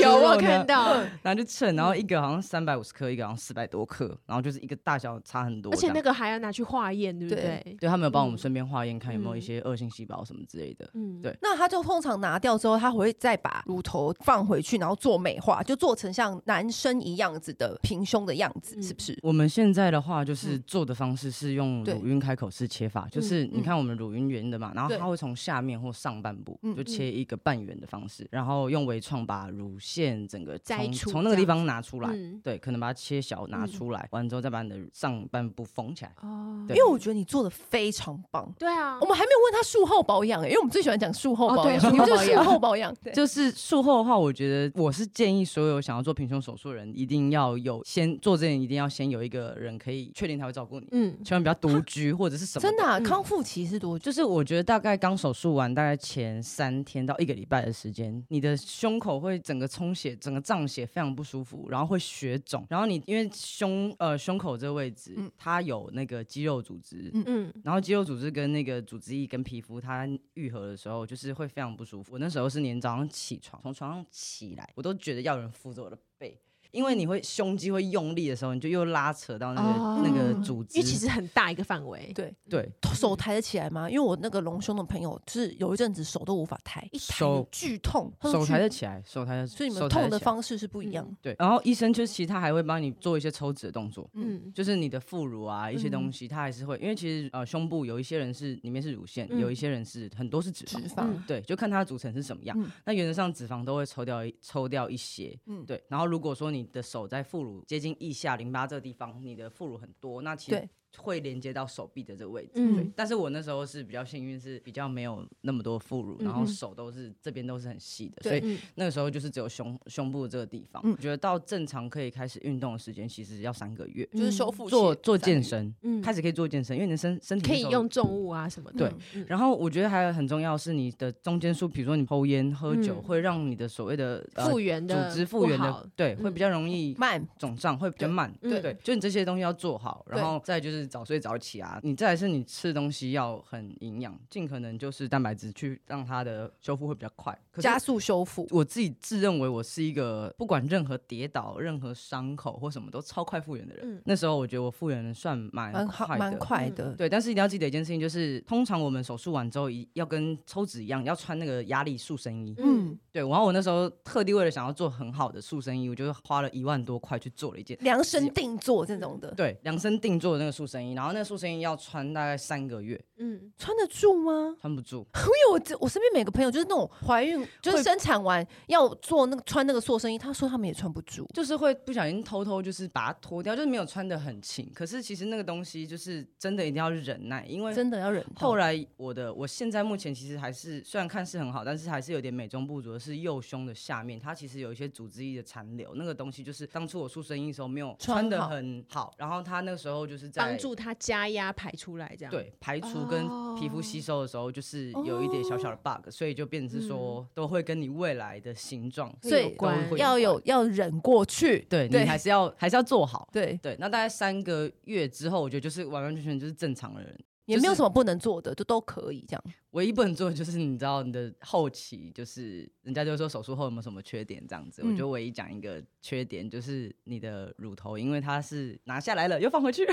Speaker 2: 有我
Speaker 3: 肌肉呢
Speaker 2: 看到，
Speaker 3: 拿去称，然后一个好像三百五十克，一个好像四百多克，然后就是一个大小差很多
Speaker 2: 而
Speaker 3: 这
Speaker 2: 且
Speaker 3: 样。
Speaker 2: 那个还要拿去化验，对不
Speaker 1: 对
Speaker 2: 对？
Speaker 3: 对他们有帮我们
Speaker 2: 嗯
Speaker 3: 顺便化验，看有没有
Speaker 2: 嗯
Speaker 3: 一些恶性细胞什么之类的。
Speaker 2: 嗯，
Speaker 3: 对
Speaker 1: 那他就通常拿掉之后，他会再把乳头放回去，然后做美化，就做成像男生一样子的平胸的样子，
Speaker 2: 嗯
Speaker 1: 是不是？
Speaker 3: 我们现在的话，就是
Speaker 1: 嗯
Speaker 3: 做的方式是用
Speaker 1: 对嗯
Speaker 3: 乳晕开口式切法，就是你看我们乳晕圆的嘛，然后
Speaker 1: 对
Speaker 3: 它会从下面或上半部
Speaker 1: 嗯
Speaker 3: 就切一个半圆的方式，然后用微创把乳腺整个
Speaker 2: 摘
Speaker 3: 从
Speaker 2: 除
Speaker 3: 从那个地方拿出来，
Speaker 2: 嗯，
Speaker 3: 对，可能把它切小
Speaker 1: 嗯
Speaker 3: 拿出来，完之后再把你的上半部缝起来。
Speaker 2: 哦，
Speaker 3: 对
Speaker 1: 因为我觉得你做的非常棒。
Speaker 2: 对啊
Speaker 1: 我，们还没有问他术后保养、欸，因为我们最喜欢讲术后
Speaker 2: 哦
Speaker 1: 保
Speaker 2: 对
Speaker 1: 养，
Speaker 2: 术
Speaker 1: 你们
Speaker 2: 后
Speaker 1: 就
Speaker 2: 保
Speaker 1: 是术
Speaker 2: 养
Speaker 1: 后保养，对
Speaker 3: 就是术后的话，我觉得我是建议所有想要做平胸手术的人，一定要有先做之前，一定要先有一个人可以确定他会照顾你，
Speaker 2: 嗯，
Speaker 3: 千万不要独居或者是什么
Speaker 1: 真的、啊，
Speaker 2: 嗯
Speaker 1: 康复期是多久？
Speaker 3: 就是我觉得大概刚手术完，大概前三天到一个礼拜的时间，你的胸口会整个充血、整个胀血，非常不舒服，然后会血肿，然后你因为胸呃胸口这个位置，
Speaker 1: 嗯
Speaker 3: 它有那个肌肉组织。
Speaker 1: 嗯
Speaker 2: 嗯，
Speaker 3: 然后肌肉组织跟那个组织液跟皮肤它愈合的时候，就是会非常不舒服。我那时候是连早上起床从床上起来，我都觉得要有人扶着我的背，因为你会胸肌会用力的时候，你就又拉扯到那个、
Speaker 2: 哦
Speaker 3: 那个组织。
Speaker 2: 因为其实很大一个范围，
Speaker 1: 对，
Speaker 3: 对，
Speaker 1: 手抬得起来吗？因为我那个隆胸的朋友，就是有一阵子手都无法抬，一抬
Speaker 3: 手
Speaker 1: 剧痛，他说
Speaker 3: 手
Speaker 1: 剧
Speaker 3: 抬得起来，手抬得，
Speaker 1: 所以你
Speaker 3: 手
Speaker 1: 们
Speaker 3: 抬得
Speaker 1: 痛的
Speaker 3: 起来
Speaker 1: 方式是不一样的。
Speaker 3: 对，然后医生就是其实他还会帮你做一些抽脂的动作，
Speaker 2: 嗯，
Speaker 3: 就是你的副乳啊一些
Speaker 1: 嗯
Speaker 3: 东西，他还是会，因为其实呃胸部有一些人是里面是乳腺，
Speaker 2: 嗯
Speaker 3: 有一些人是很多是脂肪
Speaker 1: 脂。肪
Speaker 2: 嗯
Speaker 3: 对，就看它的组成是什么样。
Speaker 1: 嗯
Speaker 3: 那原则上脂肪都会抽掉一抽掉一些，
Speaker 1: 嗯
Speaker 3: 嗯，对。然后如果说你的手在副乳接近腋下淋巴这个地方，你的副乳很多，那其实
Speaker 1: 对
Speaker 3: 会连接到手臂的这个位置。
Speaker 2: 嗯，
Speaker 3: 但是我那时候是比较幸运，是比较没有那么多副乳，
Speaker 2: 嗯
Speaker 3: 然后
Speaker 1: 嗯
Speaker 3: 手都是这边都是很细的，
Speaker 1: 对
Speaker 3: 所以
Speaker 2: 嗯，
Speaker 3: 那个时候就是只有胸胸部这个地方，
Speaker 1: 嗯
Speaker 3: 我觉得到正常可以开始运动的时间其实要三个月，
Speaker 1: 就是修复
Speaker 3: 做
Speaker 1: 期
Speaker 3: 做
Speaker 1: 三个
Speaker 3: 健
Speaker 1: 月
Speaker 3: 身，
Speaker 2: 嗯
Speaker 3: 开始可以做健身，因为你的身身体
Speaker 2: 可
Speaker 3: 那
Speaker 2: 以
Speaker 3: 时候
Speaker 2: 用。重物啊什么的，
Speaker 3: 对
Speaker 2: 嗯，
Speaker 3: 然后我觉得还有很重要是你的中间数，比如说你抽烟、喝酒，
Speaker 2: 嗯
Speaker 3: 会让你的所谓的、呃、
Speaker 2: 复原的
Speaker 3: 组织复原
Speaker 2: 不好
Speaker 3: 的，对，
Speaker 2: 嗯
Speaker 3: 会比较容易
Speaker 1: 慢，
Speaker 3: 肿胀，会比较慢。
Speaker 2: 对
Speaker 3: 对，就你这些东西要做好，
Speaker 1: 嗯对
Speaker 3: 然后再就是早睡早起啊。你再来是你吃东西要很营养，尽可能就是蛋白质去让它的修复会比较快。可是
Speaker 1: 加速修复。
Speaker 3: 我自己自认为我是一个不管任何跌倒、任何伤口或什么都超快复原的人。
Speaker 2: 嗯
Speaker 3: 那时候我觉得我复原的算蛮
Speaker 1: 蛮好，
Speaker 3: 快
Speaker 1: 蛮
Speaker 3: 的。
Speaker 1: 快
Speaker 2: 嗯
Speaker 1: 的。
Speaker 3: 对，但是一定要记得一件事情，就是通常我们手术完之后，一要跟抽脂一样，要穿那个压力塑身衣。
Speaker 1: 嗯，
Speaker 3: 对，然后我那时候特地为了想要做很好的塑身衣，我就是花了一万多块去做了一件。
Speaker 1: 量身定做这种的，
Speaker 3: 对，量身定做的那个塑身衣，然后那个塑身衣要穿大概三个月，
Speaker 2: 嗯，
Speaker 1: 穿得住吗？
Speaker 3: 穿不住。
Speaker 1: 因为我这我身边每个朋友就是那种怀孕，就是
Speaker 3: 会
Speaker 1: 生产完要做那个穿那个塑身衣，他说他们也穿不住。
Speaker 3: 就是会不小心偷偷就是把它脱掉，就是没有穿的很勤。可是其实那个东西就是真的一定要忍耐，因为
Speaker 1: 真的要忍痛。
Speaker 3: 后来我的我现在目前其实还是虽然看似很好，但是还是有点美中不足的是右胸的下面，它其实有一些组织液的残留，那个东西就是当初我塑身衣的时候没有
Speaker 1: 穿
Speaker 3: 穿的
Speaker 1: 好
Speaker 3: 很好，然后它那个时候就是在
Speaker 2: 帮助他加压排出来这样。，
Speaker 3: 对排除跟皮肤
Speaker 1: 哦
Speaker 3: 吸收的时候，就是有一点小小的 bug，、所以就变成是说、都会跟你未来的形状
Speaker 1: 嗯所以
Speaker 3: 有关会
Speaker 1: 要
Speaker 3: 有
Speaker 1: 有
Speaker 3: 关
Speaker 1: 要忍过去，
Speaker 3: 对你
Speaker 1: 对
Speaker 3: 还是要还是要做好。
Speaker 1: 对，
Speaker 3: 对，那大概三个月之后，我觉得就是完完全全就是正常的人。
Speaker 1: 也没有什么不能做的，就都可以这样。
Speaker 3: 唯一不能做的就是你知道你的后期，就是人家就说手术后有没有什么缺点这样子。
Speaker 1: 嗯
Speaker 3: 我就唯一讲一个缺点，就是你的乳头，因为它是拿下来了又放回去，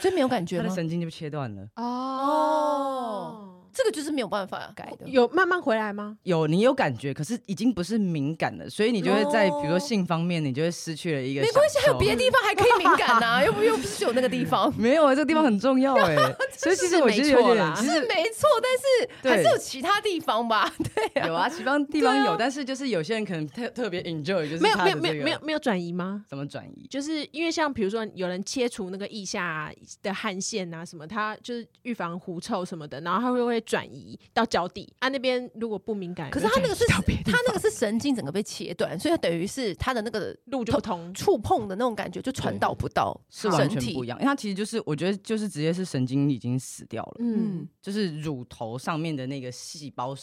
Speaker 1: 所以没有感觉
Speaker 3: 它的
Speaker 1: 吗？
Speaker 3: 神经就被切断了。
Speaker 2: 哦，
Speaker 1: 这个就是没有办法改的。
Speaker 2: 有慢慢回来吗？
Speaker 3: 有你有感觉，可是已经不是敏感了，所以你就会在比如说
Speaker 1: 哦
Speaker 3: 性方面，你就会失去了一个。。
Speaker 1: 没关系，还有别的。地方还可以敏感呐、又不又不是只有那个地方
Speaker 3: 没有啊，这个地方很重要 哎、所以其
Speaker 2: 是
Speaker 3: 实我
Speaker 2: 没
Speaker 3: 觉得有
Speaker 2: 错
Speaker 3: 点
Speaker 2: 啦，
Speaker 3: 其
Speaker 1: 是
Speaker 3: 实
Speaker 1: 啊没错，但是
Speaker 3: 对
Speaker 1: 还是有其他地方吧。对 啊，
Speaker 3: 有啊，其方地方有，但是就是有些人可能特特别 enjoy，就是
Speaker 2: 没有
Speaker 3: 他
Speaker 2: 没
Speaker 3: 的
Speaker 2: 有没
Speaker 3: 这
Speaker 2: 有
Speaker 3: 个
Speaker 2: 没有没有转移吗？
Speaker 3: 怎么转移？
Speaker 2: 就是因为像比如说有人切除那个腋下的汗腺啊什么，他就是预防狐臭什么的，然后他会会转移到脚底啊那边，如果不敏感，
Speaker 1: 可是他那个是
Speaker 2: 就转移到别的地
Speaker 1: 他
Speaker 2: 方
Speaker 1: 那个是神经整个被切断，所以它等于是他的那个
Speaker 2: 路就不通，
Speaker 1: 触碰的那种感觉就传导不到
Speaker 3: 是
Speaker 1: 身
Speaker 3: 完全
Speaker 1: 体
Speaker 3: 不一。样，因为它其实就是我觉得就是直接是神经已经死掉了，
Speaker 2: 嗯
Speaker 1: 嗯，
Speaker 3: 就是乳头上面的那个细胞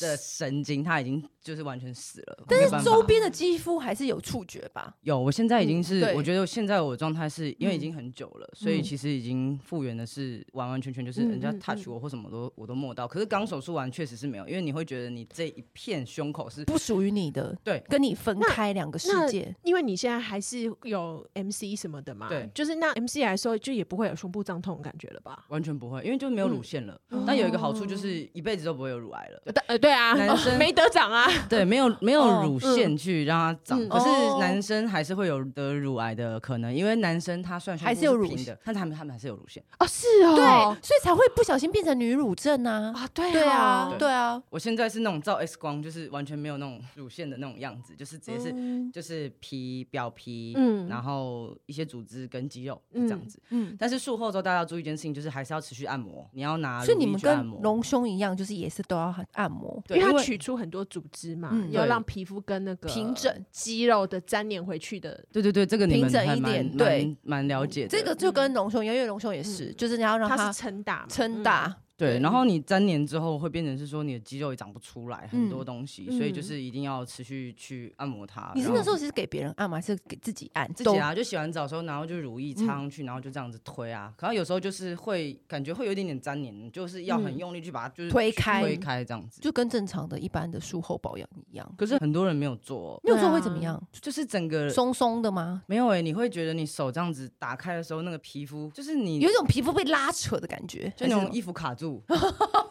Speaker 3: 的神经它已经就是完全死了。
Speaker 1: 但
Speaker 3: 没办
Speaker 1: 是
Speaker 3: 法
Speaker 1: 周边的肌肤还是有触觉吧？
Speaker 3: 有，我现在已经是，
Speaker 1: 嗯对
Speaker 3: 我觉得现在我的状态是因为已经很久了，所以
Speaker 1: 嗯
Speaker 3: 其实已经复原的是完完全全就是
Speaker 1: 嗯
Speaker 3: 人家
Speaker 1: 嗯
Speaker 3: touch 我或什么都我都摸到，可是刚手术完确实是没有，因为你会觉得你这一片胸口是
Speaker 1: 不属于你的，
Speaker 3: 对
Speaker 1: 跟你分开两个世界。
Speaker 2: 因为你现在还是有 MC 什么的嘛，
Speaker 3: 对
Speaker 2: 就是那 MC 来说就也不会有胸部胀痛的感觉了吧？
Speaker 3: 完全不会，因为就
Speaker 1: 嗯
Speaker 3: 没有乳腺了。哦但有一个好处
Speaker 1: 哦
Speaker 3: 就是一辈子都不会有乳癌了。
Speaker 2: 但呃，对啊，
Speaker 3: 男 生
Speaker 2: 没得长啊，
Speaker 3: 对，没有没有
Speaker 1: 哦
Speaker 3: 乳
Speaker 2: 嗯
Speaker 3: 腺去让它长，
Speaker 2: 嗯
Speaker 3: 可是
Speaker 1: 哦
Speaker 3: 男生还是会有得乳癌的可能，因为男生他虽然胸
Speaker 1: 还
Speaker 3: 部
Speaker 1: 是有乳
Speaker 3: 平
Speaker 1: 腺
Speaker 3: 的，但他们他们还是有乳腺。
Speaker 2: 哦，是哦，
Speaker 1: 对，所以才会不小心变成女乳症啊。
Speaker 2: 啊，对
Speaker 1: 对啊
Speaker 2: 哦，
Speaker 1: 对啊，
Speaker 3: 我现在是那种照 X 光，就是完全没有那种乳腺的那种样子，就是直接是、
Speaker 2: 哦
Speaker 3: 就是皮表皮，
Speaker 2: 嗯
Speaker 3: 然后一些组织跟肌肉就这样
Speaker 2: 嗯
Speaker 3: 子。
Speaker 1: 嗯。
Speaker 3: 但是术后之后，大家要注意一件事情，就是还是要持续按摩，你要拿
Speaker 1: 所以
Speaker 3: 乳
Speaker 1: 你
Speaker 3: 液
Speaker 1: 们
Speaker 3: 去按
Speaker 1: 跟
Speaker 3: 摩
Speaker 1: 隆胸一样，就是也是都要按摩。
Speaker 3: 对，
Speaker 2: 因为
Speaker 3: 因
Speaker 2: 它
Speaker 3: 为
Speaker 2: 取出很多组织嘛，
Speaker 1: 嗯
Speaker 2: 要
Speaker 3: 对
Speaker 2: 让皮肤跟那个
Speaker 1: 平整、
Speaker 2: 肌肉的粘连回去的，
Speaker 3: 对对对，这个你
Speaker 1: 平
Speaker 3: 们
Speaker 1: 整
Speaker 3: 还
Speaker 1: 一
Speaker 3: 蛮
Speaker 1: 点对
Speaker 3: 蛮蛮了解的。嗯
Speaker 1: 这个就跟隆胸一样，因为隆胸也是，就是你要让
Speaker 2: 它
Speaker 1: 它
Speaker 2: 是撑大嘛，
Speaker 1: 撑大。
Speaker 3: 对，
Speaker 2: 对
Speaker 3: 然后你粘连之后会变成是说你的肌肉也长不出来很
Speaker 1: 嗯
Speaker 3: 多东西，
Speaker 2: 嗯
Speaker 3: 所以就是一定要持续去按摩它。
Speaker 1: 你是
Speaker 3: 然后
Speaker 1: 那时候是给别人按吗？还是给自己按？
Speaker 3: 自
Speaker 1: 都
Speaker 3: 己啊，就洗完澡的时候，然后就
Speaker 1: 嗯
Speaker 3: 乳液擦上去，然后就这样子推啊。可能有时候就是会感觉会有一点点粘连，就是要很
Speaker 2: 嗯
Speaker 3: 用力去把它就是
Speaker 1: 推
Speaker 3: 去
Speaker 1: 开
Speaker 3: 推开这样子。
Speaker 1: 就跟正常的一般的术后保养一样。
Speaker 3: 可是很多人没有做哦，
Speaker 1: 没有做
Speaker 2: 对啊
Speaker 1: 会怎么样？
Speaker 3: 啊就是整个
Speaker 1: 松松的吗？
Speaker 3: 没有哎、你会觉得你手这样子打开的时候，那个皮肤就是你
Speaker 1: 有一种皮肤被拉扯的感觉，
Speaker 3: 就
Speaker 1: 还
Speaker 3: 那
Speaker 1: 是
Speaker 3: 种
Speaker 1: 什么
Speaker 3: 衣服 卡住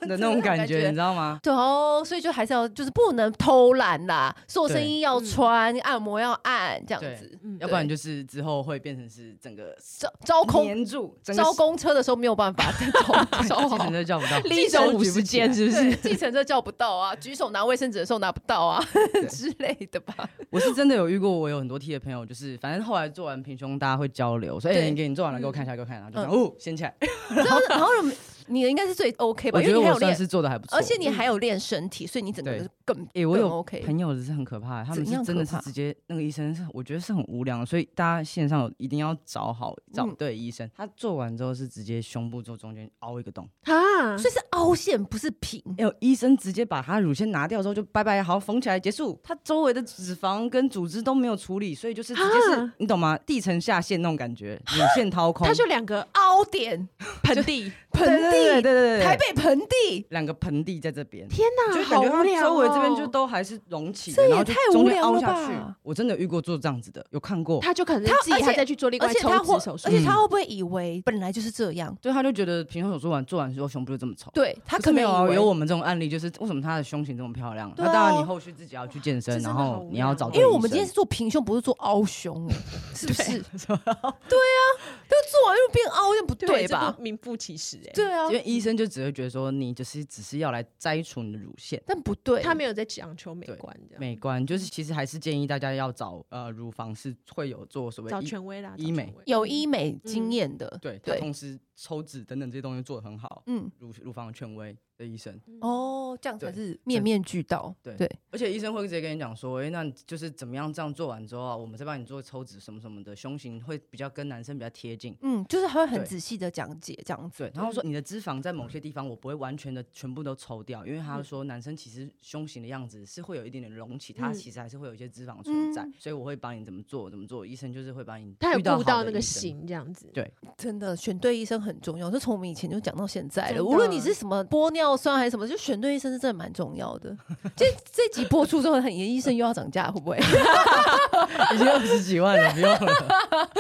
Speaker 3: 的
Speaker 1: 这
Speaker 3: 那种感
Speaker 1: 种感觉
Speaker 3: 觉，你知道吗？
Speaker 1: 对哦，所以就还是要就是不能偷懒啦，塑身衣要
Speaker 2: 对
Speaker 1: 穿，按摩要按，这样
Speaker 3: 对
Speaker 1: 子，
Speaker 2: 嗯
Speaker 3: 要不然就是之后会变成是整个
Speaker 1: 招招空
Speaker 3: 粘住，整个
Speaker 1: 招公车的时候没有办法 招招
Speaker 3: 计程车叫不 到，
Speaker 2: 离手五十间是不
Speaker 1: 对，
Speaker 2: 是？
Speaker 1: 计程车叫不到啊，举手拿卫生纸的时候拿不到啊之类的 吧。
Speaker 3: 我是真的有遇过，我有很多 T 的朋友，就是反正后来做完平胸，大家会交流，所以、
Speaker 1: 对嗯
Speaker 3: 欸、你给你做完了，给我看一下，给我看一下，然后就这样哦，掀起来。
Speaker 1: 然后，然后你的应该是最 OK 吧，
Speaker 3: 我
Speaker 1: 因
Speaker 3: 觉
Speaker 1: 为
Speaker 3: 得
Speaker 1: 你还
Speaker 3: 我
Speaker 1: 有
Speaker 3: 算
Speaker 1: 练，
Speaker 3: 是做的还不错，嗯
Speaker 1: 而且你还有练身体，所以你整个
Speaker 3: 对
Speaker 1: 就更
Speaker 3: 哎、我
Speaker 1: 更
Speaker 3: 有
Speaker 1: OK
Speaker 3: 朋友是很可怕的，他们
Speaker 1: 怎
Speaker 3: 是
Speaker 1: 样
Speaker 3: 真的
Speaker 1: 可
Speaker 3: 是
Speaker 1: 怕
Speaker 3: 直接那个医生是，我觉得是很无良的，所以大家线上有一定要找好找
Speaker 1: 嗯
Speaker 3: 对医生。他做完之后是直接胸部做中间凹一个洞，
Speaker 2: 啊，
Speaker 1: 所以是凹陷不是平。
Speaker 3: 哎呦，医生直接把他乳腺拿掉之后就拜拜，好缝起来结束，他周围的脂肪跟组织都没有处理，所以就是直接是、
Speaker 2: 啊
Speaker 3: 你懂吗？地层下陷那种感觉，乳腺掏空，
Speaker 2: 它就两个
Speaker 1: 凹点、
Speaker 2: 盆地，
Speaker 1: 盆地、
Speaker 3: 对对对对对，
Speaker 1: 台北盆地，
Speaker 3: 两个盆地在这边。
Speaker 2: 天哪，
Speaker 3: 就
Speaker 2: 好
Speaker 3: 感觉
Speaker 2: 无
Speaker 3: 它
Speaker 2: 聊
Speaker 3: 周围这边就
Speaker 2: 哦
Speaker 3: 都还是隆起
Speaker 1: 这
Speaker 3: 的，然后
Speaker 1: 也
Speaker 3: 就
Speaker 1: 太
Speaker 3: 中
Speaker 1: 无
Speaker 3: 间
Speaker 1: 聊
Speaker 3: 凹
Speaker 1: 了
Speaker 3: 下
Speaker 1: 吧
Speaker 3: 去。我真的有遇过做这样子的，有看过。
Speaker 2: 他就可能
Speaker 1: 他
Speaker 2: 自己
Speaker 1: 而
Speaker 2: 还
Speaker 1: 且
Speaker 2: 在去做另
Speaker 1: 而
Speaker 2: 外
Speaker 1: 且
Speaker 2: 抽
Speaker 1: 他会
Speaker 2: 脂手，术
Speaker 1: 而，
Speaker 3: 嗯
Speaker 1: 且他会不会以为本来就是这样？
Speaker 3: 对，他就觉得平胸手术完做完之后胸部就这么丑。，
Speaker 1: 对他
Speaker 3: 他
Speaker 1: 可
Speaker 3: 可
Speaker 1: 能
Speaker 3: 没有啊
Speaker 1: 以为
Speaker 3: 有我们这种案例，就是为什么他的胸型这么漂亮？
Speaker 1: 对
Speaker 3: 那
Speaker 1: 啊
Speaker 3: 当然你后续自己要去健
Speaker 2: 这
Speaker 3: 身，
Speaker 2: 真的
Speaker 3: 然
Speaker 2: 好
Speaker 3: 后
Speaker 2: 无
Speaker 3: 你要
Speaker 2: 聊
Speaker 3: 找
Speaker 2: 哦
Speaker 3: 对
Speaker 1: 因
Speaker 3: 医生，
Speaker 1: 欸为 我们今天是做平胸，不是做凹胸，哎，是不是？对啊，就做完又变凹，这不对
Speaker 2: 这
Speaker 1: 吧
Speaker 2: 不？名副其实哎、
Speaker 1: 对啊
Speaker 3: 因，为医生就只会觉得说你就是只是要来摘除你的乳腺。
Speaker 1: 但不对，
Speaker 2: 他没有在讲求美
Speaker 3: 对
Speaker 2: 观这样，
Speaker 3: 美观就是，其实还是建议大家要找呃乳房是会有做所谓
Speaker 2: 找
Speaker 3: 医
Speaker 2: 权威啦，
Speaker 3: 医
Speaker 2: 找权
Speaker 3: 美
Speaker 2: 威嗯
Speaker 1: 有医美经验的，
Speaker 3: 嗯对，他
Speaker 1: 对
Speaker 3: 同时抽脂等等这些东西做得很好，
Speaker 1: 嗯，
Speaker 3: 乳乳房的权威的医生，
Speaker 1: 哦，这样才
Speaker 3: 嗯对
Speaker 1: 是面面俱到，
Speaker 3: 对
Speaker 1: 对，
Speaker 3: 而且医生会直接跟你讲说，哎、那就是怎么样这样做完之后啊，我们再帮你做抽脂什么什么的，胸型会比较跟男生比较贴近。
Speaker 1: 嗯，就是他会很
Speaker 3: 对
Speaker 1: 仔细的讲解这样子，
Speaker 3: 对，然
Speaker 2: 嗯
Speaker 3: 后说你的脂肪在某些地方我不会完全的全部都抽掉，因为
Speaker 2: 嗯
Speaker 3: 他说男生其实胸型的样子是会有一点点隆起，他
Speaker 2: 嗯
Speaker 3: 其实还是会有一些脂肪存在，
Speaker 1: 嗯
Speaker 3: 所以我会帮你怎么做怎么做，医生就是会帮你
Speaker 2: 他有
Speaker 3: 遇到
Speaker 2: 顾
Speaker 3: 好
Speaker 2: 到
Speaker 3: 的
Speaker 2: 那个
Speaker 3: 医生，
Speaker 2: 型这样子，
Speaker 3: 对
Speaker 1: 真的选对医生很重要，这从我们以前就讲到现在
Speaker 2: 真
Speaker 1: 了。
Speaker 2: 的
Speaker 1: 无论你是什么玻尿酸还是什么，就选对医生是真的蛮重要 的。这这集播出之后，很严医生又要涨价，会不会？
Speaker 3: 已经二十几万了，不用了。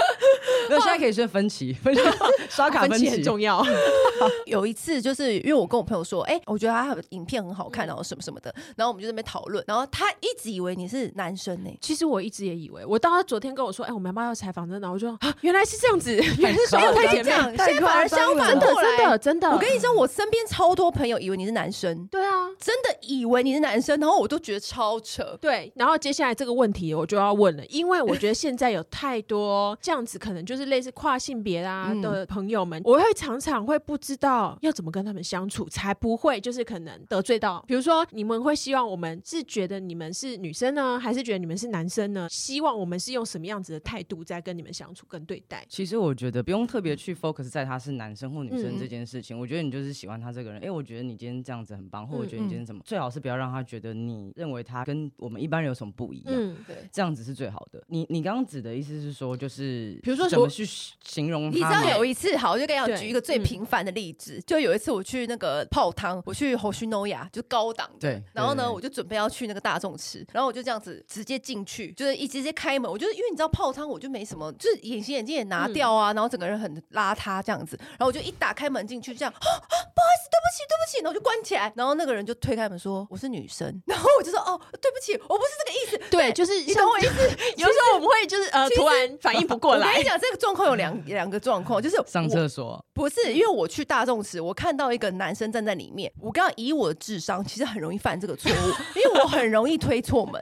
Speaker 3: 那现在可以先分 期，分期刷卡
Speaker 2: 分
Speaker 3: 分
Speaker 2: 歧
Speaker 3: 期
Speaker 2: 很重要，
Speaker 1: 有一次就是因为我跟我朋友说，哎、我觉得他的影片很好看，
Speaker 2: 嗯
Speaker 1: 然后什么什么的，然后我们就在那边讨论，然后他一直以为你是男生呢、
Speaker 2: 其实我一直也以为，我到他昨天跟我说，哎、我们要不要采访真的？我就说啊，原来是这样子，原来是双胞胎姐妹，
Speaker 1: 现在反而相反
Speaker 2: 真的
Speaker 1: 过来。
Speaker 2: 真的真的，
Speaker 1: 我跟你说，我身边超多朋友以为你是男生，
Speaker 2: 对啊。
Speaker 1: 真的以为你是男生，然后我都觉得超扯。
Speaker 2: 对，然后接下来这个问题我就要问了，因为我觉得现在有太多这样子，可能就是类似跨性别啦
Speaker 1: 嗯
Speaker 2: 的朋友们，我会常常会不知道要怎么跟他们相处，才不会就是可能得罪到，比如说你们会希望我们是觉得你们是女生呢，还是觉得你们是男生呢？希望我们是用什么样子的态度在跟你们相处跟对待？
Speaker 3: 其实我觉得不用特别去 focus 在他是男生或女
Speaker 2: 嗯
Speaker 3: 生这件事情，我觉得你就是喜欢他这个人。哎、我觉得你今天这样子很棒，或我
Speaker 2: 嗯
Speaker 3: 觉得你今天怎么，最好是不要让他觉得你认为他跟我们一般人有什么不一样。
Speaker 2: 嗯，
Speaker 1: 对，
Speaker 3: 这样子是最好的。你你刚刚指的意思是说，就是
Speaker 2: 比如说
Speaker 3: 怎么去形容
Speaker 1: 你知
Speaker 3: 他
Speaker 1: 道
Speaker 3: 吗
Speaker 1: 有一次，好，我就跟你
Speaker 2: 对
Speaker 1: 讲，举一个最
Speaker 2: 嗯
Speaker 1: 平凡的例子，就有一次我去那个泡汤，我去 Hoshinoya，就高档的。
Speaker 3: 对，
Speaker 1: 然后呢，
Speaker 3: 对
Speaker 1: 我就准备要去那个大众吃，然后我就这样子直接进去，就是一直直接开门。我就是因为你知道泡汤，我就没什么，就是隐形眼镜也拿掉
Speaker 2: 嗯
Speaker 1: 啊，然后整个人很邋遢这样子。然后我就一打开门进去，这样、啊啊，不好意思，对不起，对不起，然后我就关起来。然后那个人就推开门说我是女生，然后我就说哦，对不起，我不是这个意思。
Speaker 2: 对，就是
Speaker 1: 你
Speaker 2: 像
Speaker 1: 懂我意思？
Speaker 2: 有时候我们会就是呃，
Speaker 1: 其实
Speaker 2: 突然反应不过
Speaker 1: 我
Speaker 2: 来
Speaker 1: 跟你，讲，这个状况有 两两个状况，就是
Speaker 3: 上
Speaker 1: 我
Speaker 3: 厕所，
Speaker 1: 不是，因为我去大众池，我看到一个男生站在里面，我刚刚以我的智商，其实很容易犯这个错误，因为我很容易推错门，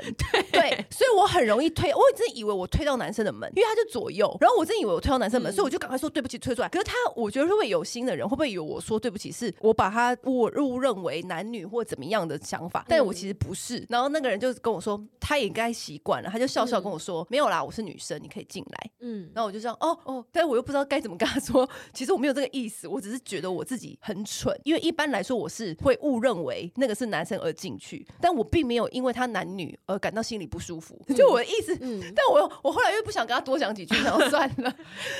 Speaker 1: 对，所以我很容易推，我真以为我推到男生的门，因为他就左右，然后我真以为我推到男生的门，
Speaker 2: 嗯
Speaker 1: 所以我就赶快说对不起推出来。可是他，我觉得会不会有心的人，会不会以为我说对不起是我把他我误认为男女或怎么样的想法，但我其实不是。然后那个人就跟我说，他也应该习惯了，他就笑笑跟我说，没有啦，我是女生，你可以进来。
Speaker 2: 嗯，
Speaker 1: 然后我就这样，哦哦，但是我又不知道该怎么跟他说。 其实我没有这个意思，我只是觉得我自己很蠢，因为一般来说我是会误认为那个是男生而进去，但我并没有因为他男女而感到心里不舒服。就我的意思，
Speaker 2: 嗯
Speaker 1: 但我我后来又不想跟他多讲几句，然后算了。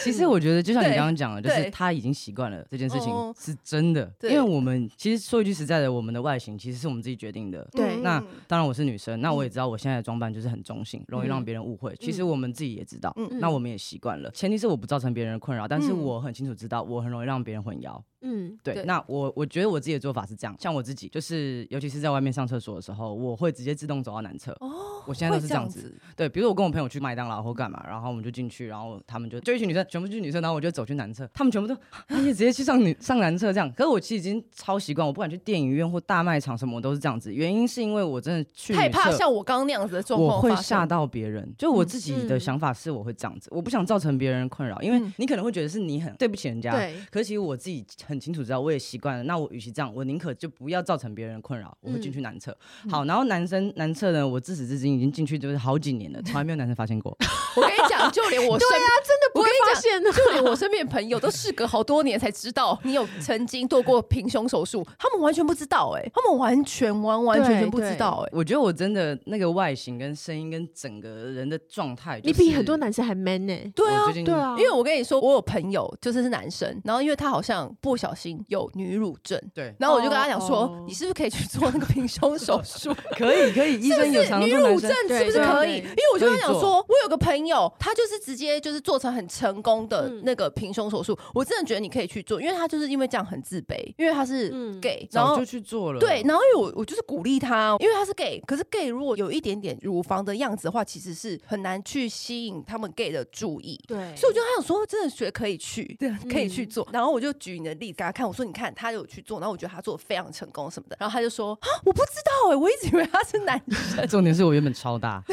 Speaker 3: 其实我觉得就像你
Speaker 1: 对
Speaker 3: 刚刚讲的，就
Speaker 1: 对
Speaker 3: 是他已经习惯了这件事情
Speaker 1: 哦
Speaker 3: 是真的，因
Speaker 1: 对
Speaker 3: 为我们其实说一句实在的，我们的外形其实是我们自己决定的。
Speaker 2: 对
Speaker 3: 那
Speaker 1: 嗯
Speaker 3: 当然我是女生，那我也知道我现在的装扮就是很中性，容易
Speaker 2: 嗯
Speaker 3: 让别人误会。其实
Speaker 2: 嗯
Speaker 3: 我们自己也知道
Speaker 1: 嗯，
Speaker 3: 那我们也习惯了。前提是我不造成别人的困扰，但是
Speaker 1: 嗯
Speaker 3: 我很清楚知道我很容易让别人混淆。
Speaker 2: 嗯
Speaker 3: 对
Speaker 1: 对，
Speaker 3: 那我我觉得我自己的做法是这样，像我自己就是，尤其是在外面上厕所的时候，我会直接自动走到男厕。
Speaker 1: 哦，
Speaker 3: 我现在都是
Speaker 1: 会
Speaker 3: 这
Speaker 1: 这
Speaker 3: 样
Speaker 1: 样
Speaker 3: 子，
Speaker 1: 子，
Speaker 3: 对，比如我跟我朋友去麦当劳或干嘛，然后我们就进去，然后他们就就一群女生，全部是女生，然后我就走去男厕，他们全部都，而且直接去上女上男厕这样。可是我其实已经超习惯，我不管去电影院或大卖场什么，我都是这样子。原因是因为我真的去
Speaker 1: 害
Speaker 3: 女
Speaker 1: 怕
Speaker 3: 厕
Speaker 1: 像我刚刚那样子的状况
Speaker 3: 我会
Speaker 1: 发生
Speaker 3: 吓。到别人，就我自己的
Speaker 2: 嗯
Speaker 3: 想法是我会这样子，我不想造成别人困扰，因为
Speaker 1: 嗯
Speaker 3: 你可能会觉得是你很对不起人家，
Speaker 2: 对
Speaker 3: 可是其实我自己很清楚知道，我也习惯了。那我与其这样，我宁可就不要造成别人的困扰，我会
Speaker 2: 嗯
Speaker 3: 进去男厕。好，然后男生男厕呢，我自始至今已经进去就是好几年了，从来没有男生发现 过。
Speaker 1: 我跟你讲，就连我身边，真的
Speaker 2: 啊不会发现呢
Speaker 1: 就连我身边的朋友都事隔好多年才知道你有曾经做过平胸手术，他们完全不知道哎、他们完全完完全全不知道哎、
Speaker 3: 我觉得我真的那个外形跟声音跟整个人的状态、
Speaker 2: 你
Speaker 3: 就是，
Speaker 2: 比很多男生还 man 呢。
Speaker 1: 对
Speaker 3: 我
Speaker 1: 啊
Speaker 3: 最，近
Speaker 2: 对啊，
Speaker 1: 因为我跟你说，我有朋友就是是男生，然后因为他好像不小心有女乳症，
Speaker 3: 对，
Speaker 1: 然后我就跟他讲说，
Speaker 2: 哦哦
Speaker 1: 你是不是可以去做那个平胸手术？
Speaker 3: 可以 可 以，医生有常
Speaker 1: 女
Speaker 3: 常做男
Speaker 1: 乳
Speaker 3: 生
Speaker 1: 症是不是
Speaker 2: 对
Speaker 1: 可
Speaker 2: 对
Speaker 1: 以？因为我就跟他
Speaker 3: 可
Speaker 1: 讲
Speaker 3: 以做
Speaker 1: 说，我有个朋友，他就是直接就是做成很成成功的
Speaker 2: 嗯
Speaker 1: 那个平胸手术，我真的觉得你可以去做，因为他就是因为这样很自卑，因为他是
Speaker 2: 嗯
Speaker 1: gay，、然
Speaker 3: 早
Speaker 1: 后
Speaker 3: 就去做了。
Speaker 1: 对，然后因为我我就是鼓励他，哦因为他是 gay，可是 gay 如果有一点点乳房的样子的话，其实是很难去吸引他们 gay 的注意。
Speaker 2: 对，
Speaker 1: 所以我就跟他想说，真的觉得可以去，对，可以去
Speaker 2: 嗯
Speaker 1: 做。然后我就举你的例子给他看，我说你看他有去做，然后我觉得他做的非常成功什么的。然后他就说啊，我不知道哎、我一直以为他是 男
Speaker 3: 重点是我原本超大，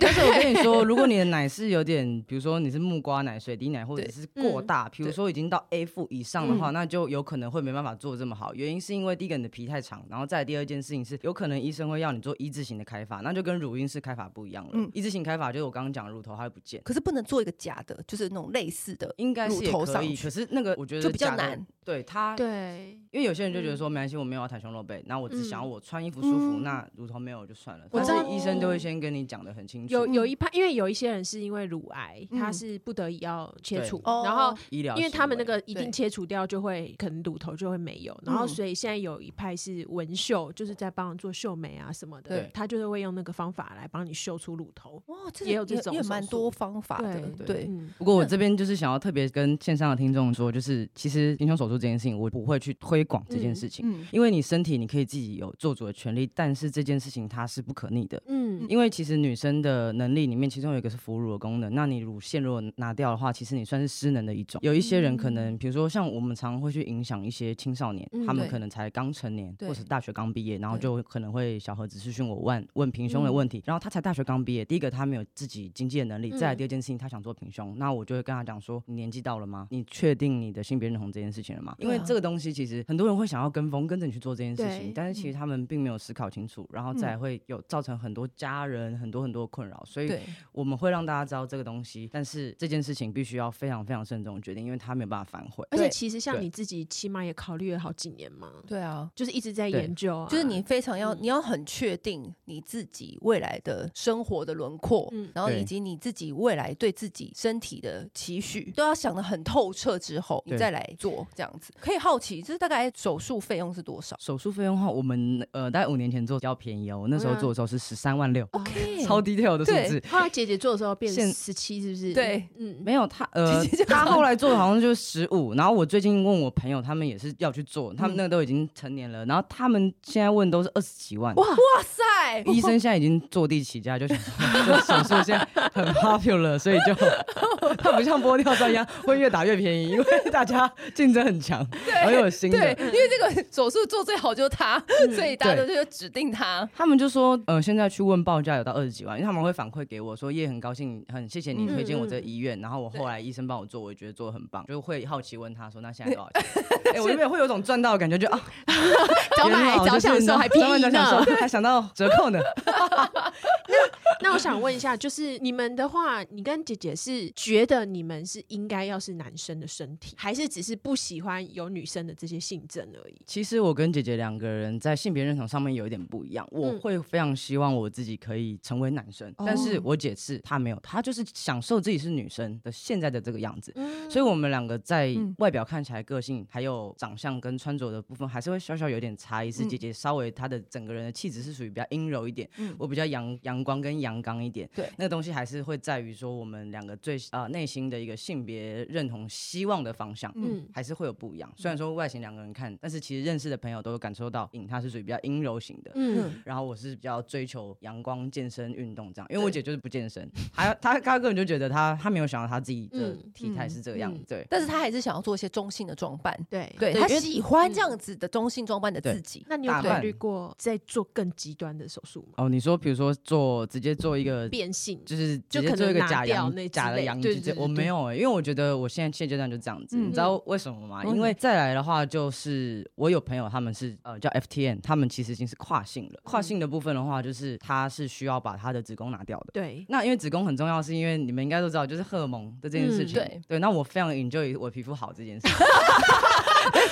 Speaker 3: 但是我跟你说，如果你的奶是有点，比如说你是木瓜奶、水滴奶，或者是过大，比如说已经到 F 以上的话，那就有可能会没办法做这么好。原因是因为第一个你的皮太长，然后再来第二件事情是，有可能医生会要你做一字型的开发，那就跟乳晕式开发不一样了
Speaker 1: 嗯。
Speaker 3: 一字型开发就是我刚刚讲的乳头它会不见。
Speaker 1: 可是不能做一个假的，就是那种类似的，
Speaker 3: 应该是也
Speaker 1: 乳头
Speaker 3: 可
Speaker 1: 上
Speaker 3: 以，
Speaker 1: 去
Speaker 3: 可是那个我觉得
Speaker 1: 就比较
Speaker 3: 假的
Speaker 1: 难。
Speaker 3: 对它，
Speaker 2: 对，
Speaker 1: 嗯
Speaker 3: 因为有些人就觉得说没关系，我没有要袒胸露背，那我只想要
Speaker 2: 嗯
Speaker 3: 我穿衣服舒服，
Speaker 1: 嗯
Speaker 3: 那乳头没有就算了。
Speaker 2: 我
Speaker 3: 但
Speaker 2: 知
Speaker 3: 是
Speaker 2: 道
Speaker 3: 医生就会先跟你讲的很清楚。
Speaker 2: 有有
Speaker 1: 嗯
Speaker 2: 一派，因为有一些人是因为乳癌，他
Speaker 1: 嗯
Speaker 2: 是不得已要切
Speaker 3: 对
Speaker 2: 除，
Speaker 1: 哦
Speaker 2: 然后
Speaker 3: 医疗行
Speaker 2: 因
Speaker 3: 为，
Speaker 2: 为他们那个一
Speaker 1: 对
Speaker 2: 定切除掉，就会可能乳头就会没有，然后
Speaker 1: 嗯
Speaker 2: 所以现在有一派是纹绣，就是在帮人做秀眉啊什么的
Speaker 3: 对，
Speaker 2: 他就是会用那个方法来帮你绣出乳头。
Speaker 1: 哇，这
Speaker 2: 也有这种
Speaker 1: 也
Speaker 2: 手
Speaker 1: 蛮
Speaker 2: 术
Speaker 1: 多方法的，
Speaker 2: 对
Speaker 1: 对。
Speaker 2: 嗯，
Speaker 3: 不过我这边就是想要特别跟线上的听众说，就是其实平胸手术这件事情，我不会去推广这件事情，
Speaker 1: 嗯，
Speaker 3: 因为你身体你可以自己有做主的权利，但是这件事情它是不可逆的。
Speaker 2: 嗯，
Speaker 3: 因为其实女生的能力里面，其中有一个是哺乳的功能。那你乳腺如果拿掉的话，其实你算是失能的一种。有一些人
Speaker 1: 嗯
Speaker 3: 可能，比如说像我们常会去影响一些青少年，
Speaker 2: 嗯
Speaker 3: 他们
Speaker 1: 对
Speaker 3: 可能才刚成年，
Speaker 1: 对
Speaker 3: 或是大学刚毕业，然后
Speaker 1: 对嗯
Speaker 3: 就可能会小盒子私讯我问问平胸的问题。然后他才大学刚毕业，第一个他没有自己经济的能力，再来
Speaker 2: 嗯
Speaker 3: 第二件事情他想做平胸，那我就会跟他讲说，你年纪到了吗？你确定你的性别认同这件事情了吗？因为
Speaker 1: 对啊
Speaker 3: 这个东西其实很多人会想要跟风，跟着你去做这件事
Speaker 2: 对
Speaker 3: 情，但是
Speaker 1: 嗯
Speaker 3: 其实他们并没有思考清楚，然后再来会有造成很多家人很多很多的困扰，所以
Speaker 1: 对，
Speaker 3: 我们会让大家知道这个东西，但是这件事情必须要非常非常慎重地决定，因为他没有办法反悔。
Speaker 2: 而且
Speaker 1: 对
Speaker 2: 其实像
Speaker 3: 对
Speaker 2: 你自己，起码也考虑了好几年嘛，
Speaker 1: 对啊，
Speaker 2: 就是一直在
Speaker 3: 对
Speaker 2: 研究啊，
Speaker 1: 就是你非常要，
Speaker 2: 嗯
Speaker 1: 你要很确定你自己未来的生活的轮廓，
Speaker 2: 嗯
Speaker 1: 然后
Speaker 3: 对
Speaker 1: 以及你自己未来对自己身体的期许，都要想得很透彻之后，你
Speaker 3: 对
Speaker 1: 再来做这样子。可以好奇，就是大概手术费用是多少
Speaker 3: 手术费用的话，我们呃大概五年前做比较便宜哦，我那时候做的时候是十三万六、
Speaker 1: ？OK，
Speaker 3: 超 detail 的数
Speaker 1: 嗯哦对
Speaker 3: 字。
Speaker 2: 后来姐姐做的时候变
Speaker 3: 现
Speaker 2: 十七，是不是？
Speaker 1: 对，
Speaker 2: 嗯，
Speaker 3: 没有他，呃
Speaker 1: 直接，就
Speaker 3: 他
Speaker 1: 上
Speaker 3: 后来做的好像就是十五，然后我最近问我朋友，他们也是要去做，
Speaker 1: 嗯
Speaker 3: 他们那个都已经成年了，然后他们现在问都是二十几万，
Speaker 2: 哇
Speaker 1: 哇 塞，
Speaker 3: 医生现在已经坐地起价，就想说 这手术现在很 popular，所以就 它不像玻尿酸一样会越打越便宜，因为大家竞争很 强，然后又有新
Speaker 1: 对
Speaker 3: 的，。嗯
Speaker 1: 因为这个手术做最好就是他，所以大家都就指定他。
Speaker 3: 他们就说，呃，现在去问报价有到二十几万，因为他们会反馈给我说，也很高兴，很谢谢你
Speaker 1: 嗯
Speaker 3: 推荐我这
Speaker 2: 嗯
Speaker 3: 个医院，然后我后来医生帮我做，我也觉得做的很棒，就会好奇问他说，那 现在多少钱？哎、我原本会有种赚到的感觉，就啊，
Speaker 2: 早买
Speaker 1: 哦
Speaker 2: 早享受还 便宜
Speaker 3: 早享
Speaker 2: 呢
Speaker 3: 受。还想到折扣呢。
Speaker 2: 那我想问一下，就是你们的话，你跟姐姐是觉得你们是应该要是男生的身体，还是只是不喜欢有女生的这些性征而已？
Speaker 3: 其实我跟姐姐两个人在性别认同上面有一点不一样，我
Speaker 2: 嗯
Speaker 3: 会非常希望我自己可以成为男生，但是我姐是她没有，她就是享受自己是女生的现在的这个样子。
Speaker 2: 嗯
Speaker 3: 所以，我们两个在
Speaker 1: 嗯
Speaker 3: 外表看起来、个性、还有长相跟穿着的部分，还是会小小有点差异。是
Speaker 1: 嗯
Speaker 3: 姐姐稍微她的整个人的气质是属于比较阴柔一点，
Speaker 1: 嗯
Speaker 3: 我比较阳阳光跟阳刚一点。
Speaker 1: 对
Speaker 3: 那个东西还是会在于说我们两个最啊内心的一个性别认同、希望的方向。
Speaker 2: 嗯，
Speaker 3: 还是会有不一样。虽然说外形两个人看，但是其实认识的朋友都有感受到，颖她是属于比较阴柔型的。
Speaker 2: 嗯，
Speaker 3: 然后我是比较追求阳光、健身、运动这样，因为
Speaker 1: 对
Speaker 3: 我姐就是不健身，她她她根本就觉得她她没有想到她自己的
Speaker 2: 嗯
Speaker 3: 体态是这个样
Speaker 2: 嗯
Speaker 3: 子，对。
Speaker 1: 但是他还是想要做一些中性的装扮，
Speaker 2: 对
Speaker 1: 对
Speaker 3: 对
Speaker 1: 他
Speaker 3: 因为
Speaker 1: 喜欢这样子的中性装扮的
Speaker 3: 对
Speaker 1: 自己。
Speaker 2: 那你有
Speaker 3: 打扮
Speaker 2: 考虑过再做更极端的手术吗？
Speaker 3: 哦，你说比如说做直接做一个，
Speaker 2: 变性？
Speaker 3: 就是
Speaker 2: 就
Speaker 3: 直接
Speaker 2: 可
Speaker 3: 做一
Speaker 2: 能
Speaker 3: 个
Speaker 2: 拿
Speaker 3: 假
Speaker 2: 掉
Speaker 3: 阳
Speaker 2: 那之
Speaker 3: 假的
Speaker 2: 类
Speaker 3: 阳
Speaker 2: 对
Speaker 3: 具
Speaker 2: 对
Speaker 3: 这，我
Speaker 2: 对
Speaker 3: 没有欸，因为我觉得我现在现阶段就这样子，
Speaker 1: 嗯
Speaker 3: 你知道为什么吗？
Speaker 1: 嗯
Speaker 3: 因为再来的话，就是我有朋友他们是呃叫 FTN，他们其实已经是跨性了。
Speaker 2: 嗯
Speaker 3: 跨性的部分的话，就是他是需要把他的子宫拿掉的。
Speaker 2: 对，
Speaker 3: 那因为子宫很重要，是因为你们应该都知道，就是荷尔蒙的这件事情。
Speaker 1: 嗯对
Speaker 3: 那我非常 enjoy 我皮肤好这件事。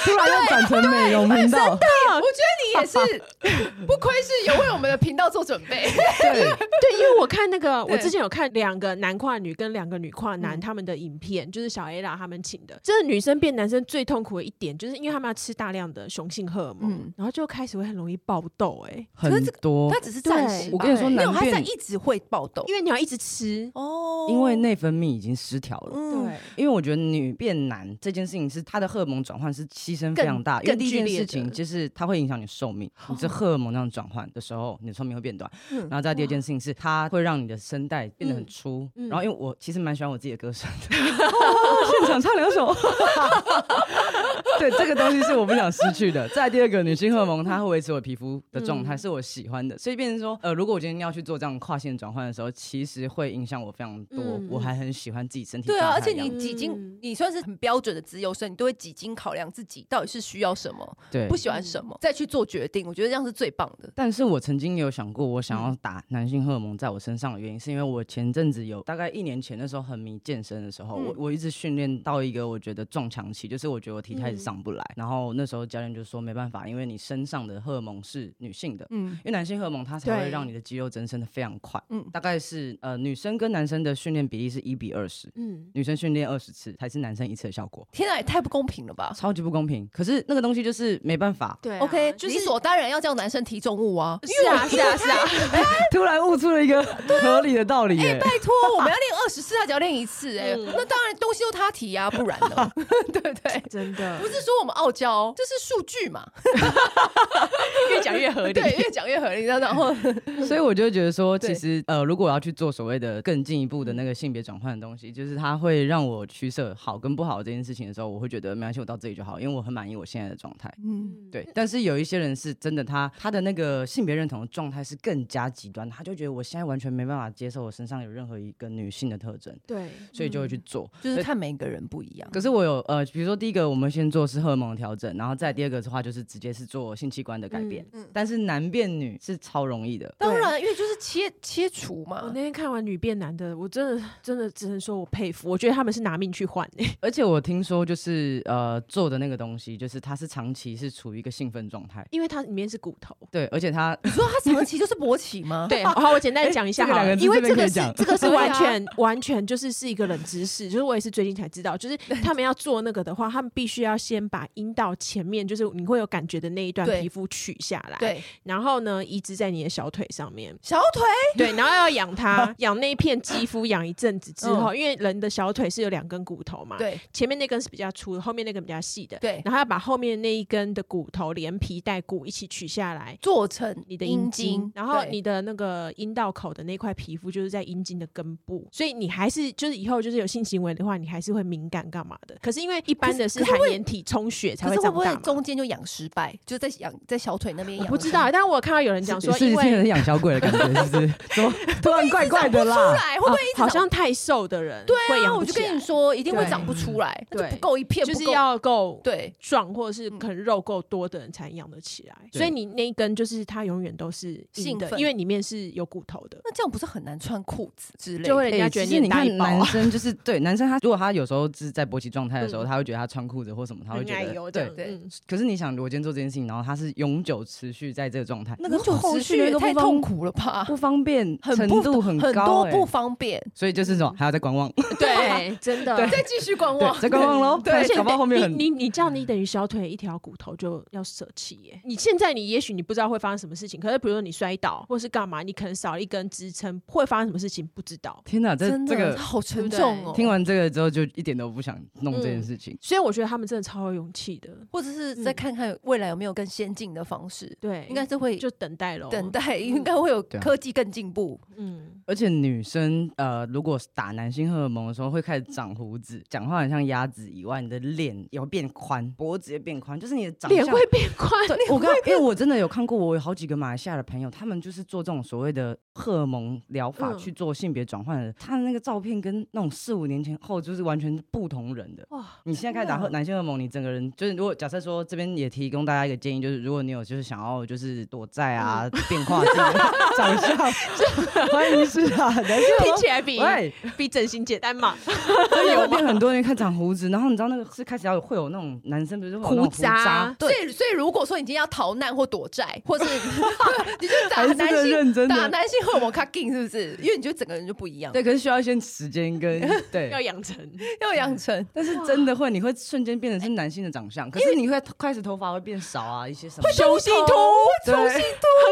Speaker 3: 突然又转成美容频道，
Speaker 1: 我觉得你也是不愧是有为我们的频道做准备。
Speaker 3: 对，
Speaker 2: 对，因为我看那个，
Speaker 1: 对
Speaker 2: 我之前有看两个男跨女跟两个女跨男他们的影片，就是小 A 啦他们请的。嗯真的女生变男生最痛苦的一点，就是因为他们要吃大量的雄性荷尔蒙，
Speaker 1: 嗯
Speaker 2: 然后就开始会很容易爆痘、欸。哎，
Speaker 1: 可
Speaker 3: 很
Speaker 1: 是这个
Speaker 3: 多
Speaker 1: 他，只是暂
Speaker 2: 对
Speaker 1: 时吧，
Speaker 3: 我跟你说
Speaker 1: 没有，
Speaker 3: 男
Speaker 1: 他在
Speaker 3: 变
Speaker 1: 一直会爆痘
Speaker 2: 因为你要一直吃，
Speaker 1: 哦
Speaker 3: 因为内分泌已经失调了。
Speaker 1: 嗯，
Speaker 3: 因为我觉得女变男这件事情是它的荷尔蒙转换是牺牲非常大，
Speaker 2: 更
Speaker 3: 因为第一件
Speaker 2: 更剧烈
Speaker 3: 事
Speaker 2: 的哦
Speaker 3: 情就是它会影响你寿命，你这荷尔蒙这样转换的时候，你的寿命会变短。
Speaker 1: 嗯
Speaker 3: 然后再第二件事情是它会让你的声带变得很粗。
Speaker 2: 嗯嗯
Speaker 3: 然后因为我其实蛮喜欢我自己的歌声 的，现场唱两首。 对，这个东西是我不想失去的。再来第二个，女性荷尔蒙它会维持我皮肤的状态，
Speaker 2: 嗯
Speaker 3: 是我喜欢的，所以变成说，呃，如果我今天要去做这样跨线转换的时候，其实会影响我非常多。
Speaker 2: 嗯
Speaker 3: 我还很喜欢自己身体
Speaker 1: 对
Speaker 3: 状
Speaker 1: 啊，
Speaker 3: 态
Speaker 1: 而
Speaker 3: 的
Speaker 1: 且
Speaker 3: 样子
Speaker 1: 你几经
Speaker 2: 嗯
Speaker 1: 你算是很标准的自由生，你都会几经考量自己到底是需要什么，
Speaker 3: 对
Speaker 1: 不喜欢什
Speaker 2: 嗯
Speaker 1: 么，再去做决定。我觉得这样是最棒的。
Speaker 3: 但是我曾经有想过，我想要打男性荷尔蒙在我身上的原因，是因为我前阵子有大概一年前的时候很迷健身的时候，
Speaker 1: 嗯
Speaker 3: 我我一直训练到一个我觉得撞墙期，就是我觉得我体态一
Speaker 2: 嗯
Speaker 3: 直上不来，然后那时候教练就说没办法，因为你身上的荷尔蒙是女性的。
Speaker 1: 嗯
Speaker 3: 因为男性荷尔蒙它才会
Speaker 2: 对
Speaker 3: 让你的肌肉增生的非常快，
Speaker 1: 嗯
Speaker 3: 大概是呃女生跟男生的训练比例是一比二十，
Speaker 2: 嗯，
Speaker 3: 女生训练二十次才是男生一次的效果，
Speaker 1: 天啊，也太不公平了吧
Speaker 3: 超级不公平。可是那个东西就是没办法，
Speaker 2: 对啊
Speaker 1: ！OK，
Speaker 2: 就是
Speaker 1: 理所当然要叫男生提重物啊，
Speaker 2: 是啊是啊是啊，
Speaker 3: 突然悟出了一个 合理的道理、耶。
Speaker 1: 拜托，我们要练二十次，他只要练一次、哎、
Speaker 2: 嗯
Speaker 1: 那当然东西都他提啊，不然 呢？对不对？
Speaker 2: 真的
Speaker 1: 不是说我们傲娇，这是数据 嘛？
Speaker 2: 越讲越合理。
Speaker 1: 对，越讲越合理。然后，
Speaker 3: 所以我就觉得说，
Speaker 1: 对
Speaker 3: 其实呃，如果我要去做所谓的更进一步的那个性别转换的东西，就是它会让我取舍好跟不好这件事情的时候，我会觉得没关系，我到这里就好，因为我很满意我现在的状态。
Speaker 1: 嗯，
Speaker 3: 对，但是有一些人是真的他，他的那个性别认同的状态是更加极端的，他就觉得我现在完全没办法接受我身上有任何一个女性的特征，
Speaker 2: 对，
Speaker 3: 所以就会
Speaker 1: 嗯
Speaker 3: 去做。
Speaker 1: 就是看每个人不一样。
Speaker 3: 可是我有呃，比如说第一个我们先做是荷尔蒙的调整，然后再第二个的话就是直接是做性器官的改变。
Speaker 1: 嗯嗯
Speaker 3: 但是男变女是超容易的，
Speaker 1: 当然，因为就是切切除
Speaker 2: 我
Speaker 1: 嘛
Speaker 2: 哦那。天看完女变男的，我真的真的只能说我佩服，我觉得他们是拿命去换、欸。
Speaker 3: 而且我听说就是呃做的那个东西，就是它是长期是处于一个兴奋状态。
Speaker 2: 因为它里面是骨头。
Speaker 3: 对，而且它
Speaker 1: 你说他长期就是勃起吗？
Speaker 2: 对，好，我简单地讲一下
Speaker 3: 这个
Speaker 2: 好了，
Speaker 3: 两个字
Speaker 2: 因为
Speaker 3: 这
Speaker 2: 这
Speaker 3: 边可以
Speaker 2: 个是
Speaker 3: 讲
Speaker 2: 这个是
Speaker 1: 对啊
Speaker 2: 完全完全就是是一个冷知识，就是我也是最近才知道，就是他们要做那个的话，他们必须要先把阴道前面就是你会有感觉的那一段
Speaker 1: 对
Speaker 2: 皮肤取下来，，
Speaker 1: 对，
Speaker 2: 然后呢移植在你的小腿上面，
Speaker 1: 小腿
Speaker 2: 对，然后要养它，养那一片肌肤养一阵子之后，因为人的小腿是有两根骨头嘛，，
Speaker 1: 对
Speaker 2: 前面那根是比较粗的，后面那根比较细的，
Speaker 1: 对
Speaker 2: 然后要把后面那一根的骨头连皮带骨一起取下来，
Speaker 1: 做成
Speaker 2: 你的阴茎
Speaker 1: 茎，，
Speaker 2: 然后
Speaker 1: 对
Speaker 2: 你的那个阴道口的那块皮肤就是在阴茎的根部，所以你还是就是以后就是有性行为的话，你还是会敏感干嘛的。可是因为一般的是
Speaker 1: 可是
Speaker 2: 含
Speaker 1: 会
Speaker 2: 盐体充血才
Speaker 1: 可
Speaker 2: 会
Speaker 1: 是会
Speaker 2: 长
Speaker 1: 不会
Speaker 2: 大嘛。
Speaker 1: 中间啊就养失败，就在养在小腿那边
Speaker 2: 我
Speaker 1: 养？
Speaker 2: 不知道，但是我看到有人讲说，
Speaker 3: 是
Speaker 2: 因
Speaker 3: 是
Speaker 2: 为
Speaker 3: 很养小鬼的感觉，是不是？怎 么突然怪怪的
Speaker 1: 出
Speaker 3: 啦？
Speaker 1: 来会不
Speaker 2: 啊
Speaker 1: 会 一直
Speaker 2: 好
Speaker 1: 长
Speaker 2: 像太瘦的人会
Speaker 1: 对啊？
Speaker 2: 养
Speaker 1: 我
Speaker 2: 不
Speaker 1: 就
Speaker 2: 起来
Speaker 1: 跟你说，一定会
Speaker 2: 对
Speaker 1: 长不出来，那
Speaker 2: 对
Speaker 1: 就不够一片，
Speaker 2: 就是
Speaker 1: 不够
Speaker 2: 要够
Speaker 1: 对
Speaker 2: 壮或者是可能肉够多的人才养得起来。
Speaker 3: 对
Speaker 2: 所以你那一根就是它永远都是硬
Speaker 1: 兴
Speaker 2: 的，
Speaker 1: 奋
Speaker 2: 因为里面是有骨头的，
Speaker 1: 那这样不是很难穿裤子之类的？
Speaker 2: 就会人家
Speaker 3: 哎
Speaker 2: 觉
Speaker 3: 其
Speaker 2: 得
Speaker 3: 实
Speaker 2: 很
Speaker 3: 你
Speaker 2: 大
Speaker 3: 看
Speaker 2: 一包
Speaker 3: 男
Speaker 2: 啊。
Speaker 3: 生就是对男生他，如果他有时候是在勃起状态的时候，
Speaker 2: 嗯
Speaker 3: 他会觉得他穿裤子或什么，他会觉
Speaker 2: 很矮
Speaker 3: 得
Speaker 2: 油这
Speaker 3: 对
Speaker 2: 样。
Speaker 1: 对
Speaker 2: 嗯
Speaker 3: 可是你想，我今天做这件事情，然后他是永久持续在这个状态，那
Speaker 1: 那个
Speaker 3: 后
Speaker 1: 后
Speaker 3: 续
Speaker 1: 续
Speaker 3: 的那
Speaker 1: 也
Speaker 3: 个
Speaker 1: 太
Speaker 3: 不方
Speaker 1: 痛苦了吧？
Speaker 3: 不方便
Speaker 1: 很
Speaker 3: 程
Speaker 1: 不
Speaker 3: 度很
Speaker 1: 很
Speaker 3: 高
Speaker 1: 多
Speaker 3: 欸，
Speaker 1: 不方便，
Speaker 3: 所以就是什
Speaker 2: 嗯
Speaker 3: 么还要再观望，
Speaker 2: 对，真的。
Speaker 1: 再继续观
Speaker 3: 对，再观望
Speaker 2: 嗯
Speaker 3: 喽。
Speaker 1: 对
Speaker 3: 看搞不好后面很
Speaker 2: 你你你这样，你等于小腿一条骨头就要舍弃耶。你现在你也许你不知道会发生什么事情，可是比如说你摔倒或是干嘛，你可能少了一根支撑，会发生什么事情不知道。
Speaker 3: 天哪，这
Speaker 1: 真
Speaker 3: 这
Speaker 1: 的
Speaker 3: 个
Speaker 1: 好沉
Speaker 2: 对不对
Speaker 1: 重哦。
Speaker 3: 听完这个之后，就一点都不想弄这件事情。
Speaker 2: 所以我觉得他们真的超有勇气的。
Speaker 1: 或者是再
Speaker 2: 嗯
Speaker 1: 看看未来有没有更先进的方式，
Speaker 2: 对，
Speaker 1: 应该是会
Speaker 2: 就等待咯。
Speaker 1: 等，待，应该会有
Speaker 3: 对啊
Speaker 1: 科技更进步。
Speaker 2: 嗯，
Speaker 3: 而且女生呃，如果打男性荷尔蒙的时候，会开始长胡子，讲话很像鸭子以外，你的脸也会变宽，脖子也变宽，就是你的长
Speaker 2: 脸
Speaker 3: 相
Speaker 2: 会变宽，
Speaker 3: 我刚，因为我真的有看过，我有好几个马来西亚的朋友，他们就是做这种所谓的荷尔蒙疗法
Speaker 2: 嗯
Speaker 3: 去做性别转换的，他的那个照片跟那种四五年前后就是完全不同人的。
Speaker 2: 哇
Speaker 3: 你现在开始打荷男性荷尔蒙，你整个人就是，如果假设说这边也提供大家一个建议，就是如果你有就是想要就是躲债啊、变化自己的长相，欢迎试啊，男性 荷
Speaker 2: 听
Speaker 3: 尔
Speaker 2: 起来比
Speaker 3: 蒙。喂，
Speaker 2: 比整形简单嘛？
Speaker 3: 真的会变很多人看长胡子，然后你知道那个是开始要有会有那种男生不是会有那种
Speaker 2: 胡
Speaker 3: 胡渣
Speaker 2: 渣，
Speaker 1: 所以，所以如果说你今天要逃难或躲债， 或是你就打
Speaker 3: 还是
Speaker 1: 啊男
Speaker 3: 这个认
Speaker 1: 性
Speaker 3: 真的
Speaker 1: 打男性荷尔蒙卡劲是不是？因为你就整个人就不一样，
Speaker 3: 对，可是需要一些时间跟对
Speaker 2: 要。养成。
Speaker 1: 要养成。
Speaker 3: 但是真的会，你会瞬间变成是男性的长相，可是你会开始头发会变少啊，一些什么
Speaker 2: 雄性秃，
Speaker 3: 对
Speaker 2: 很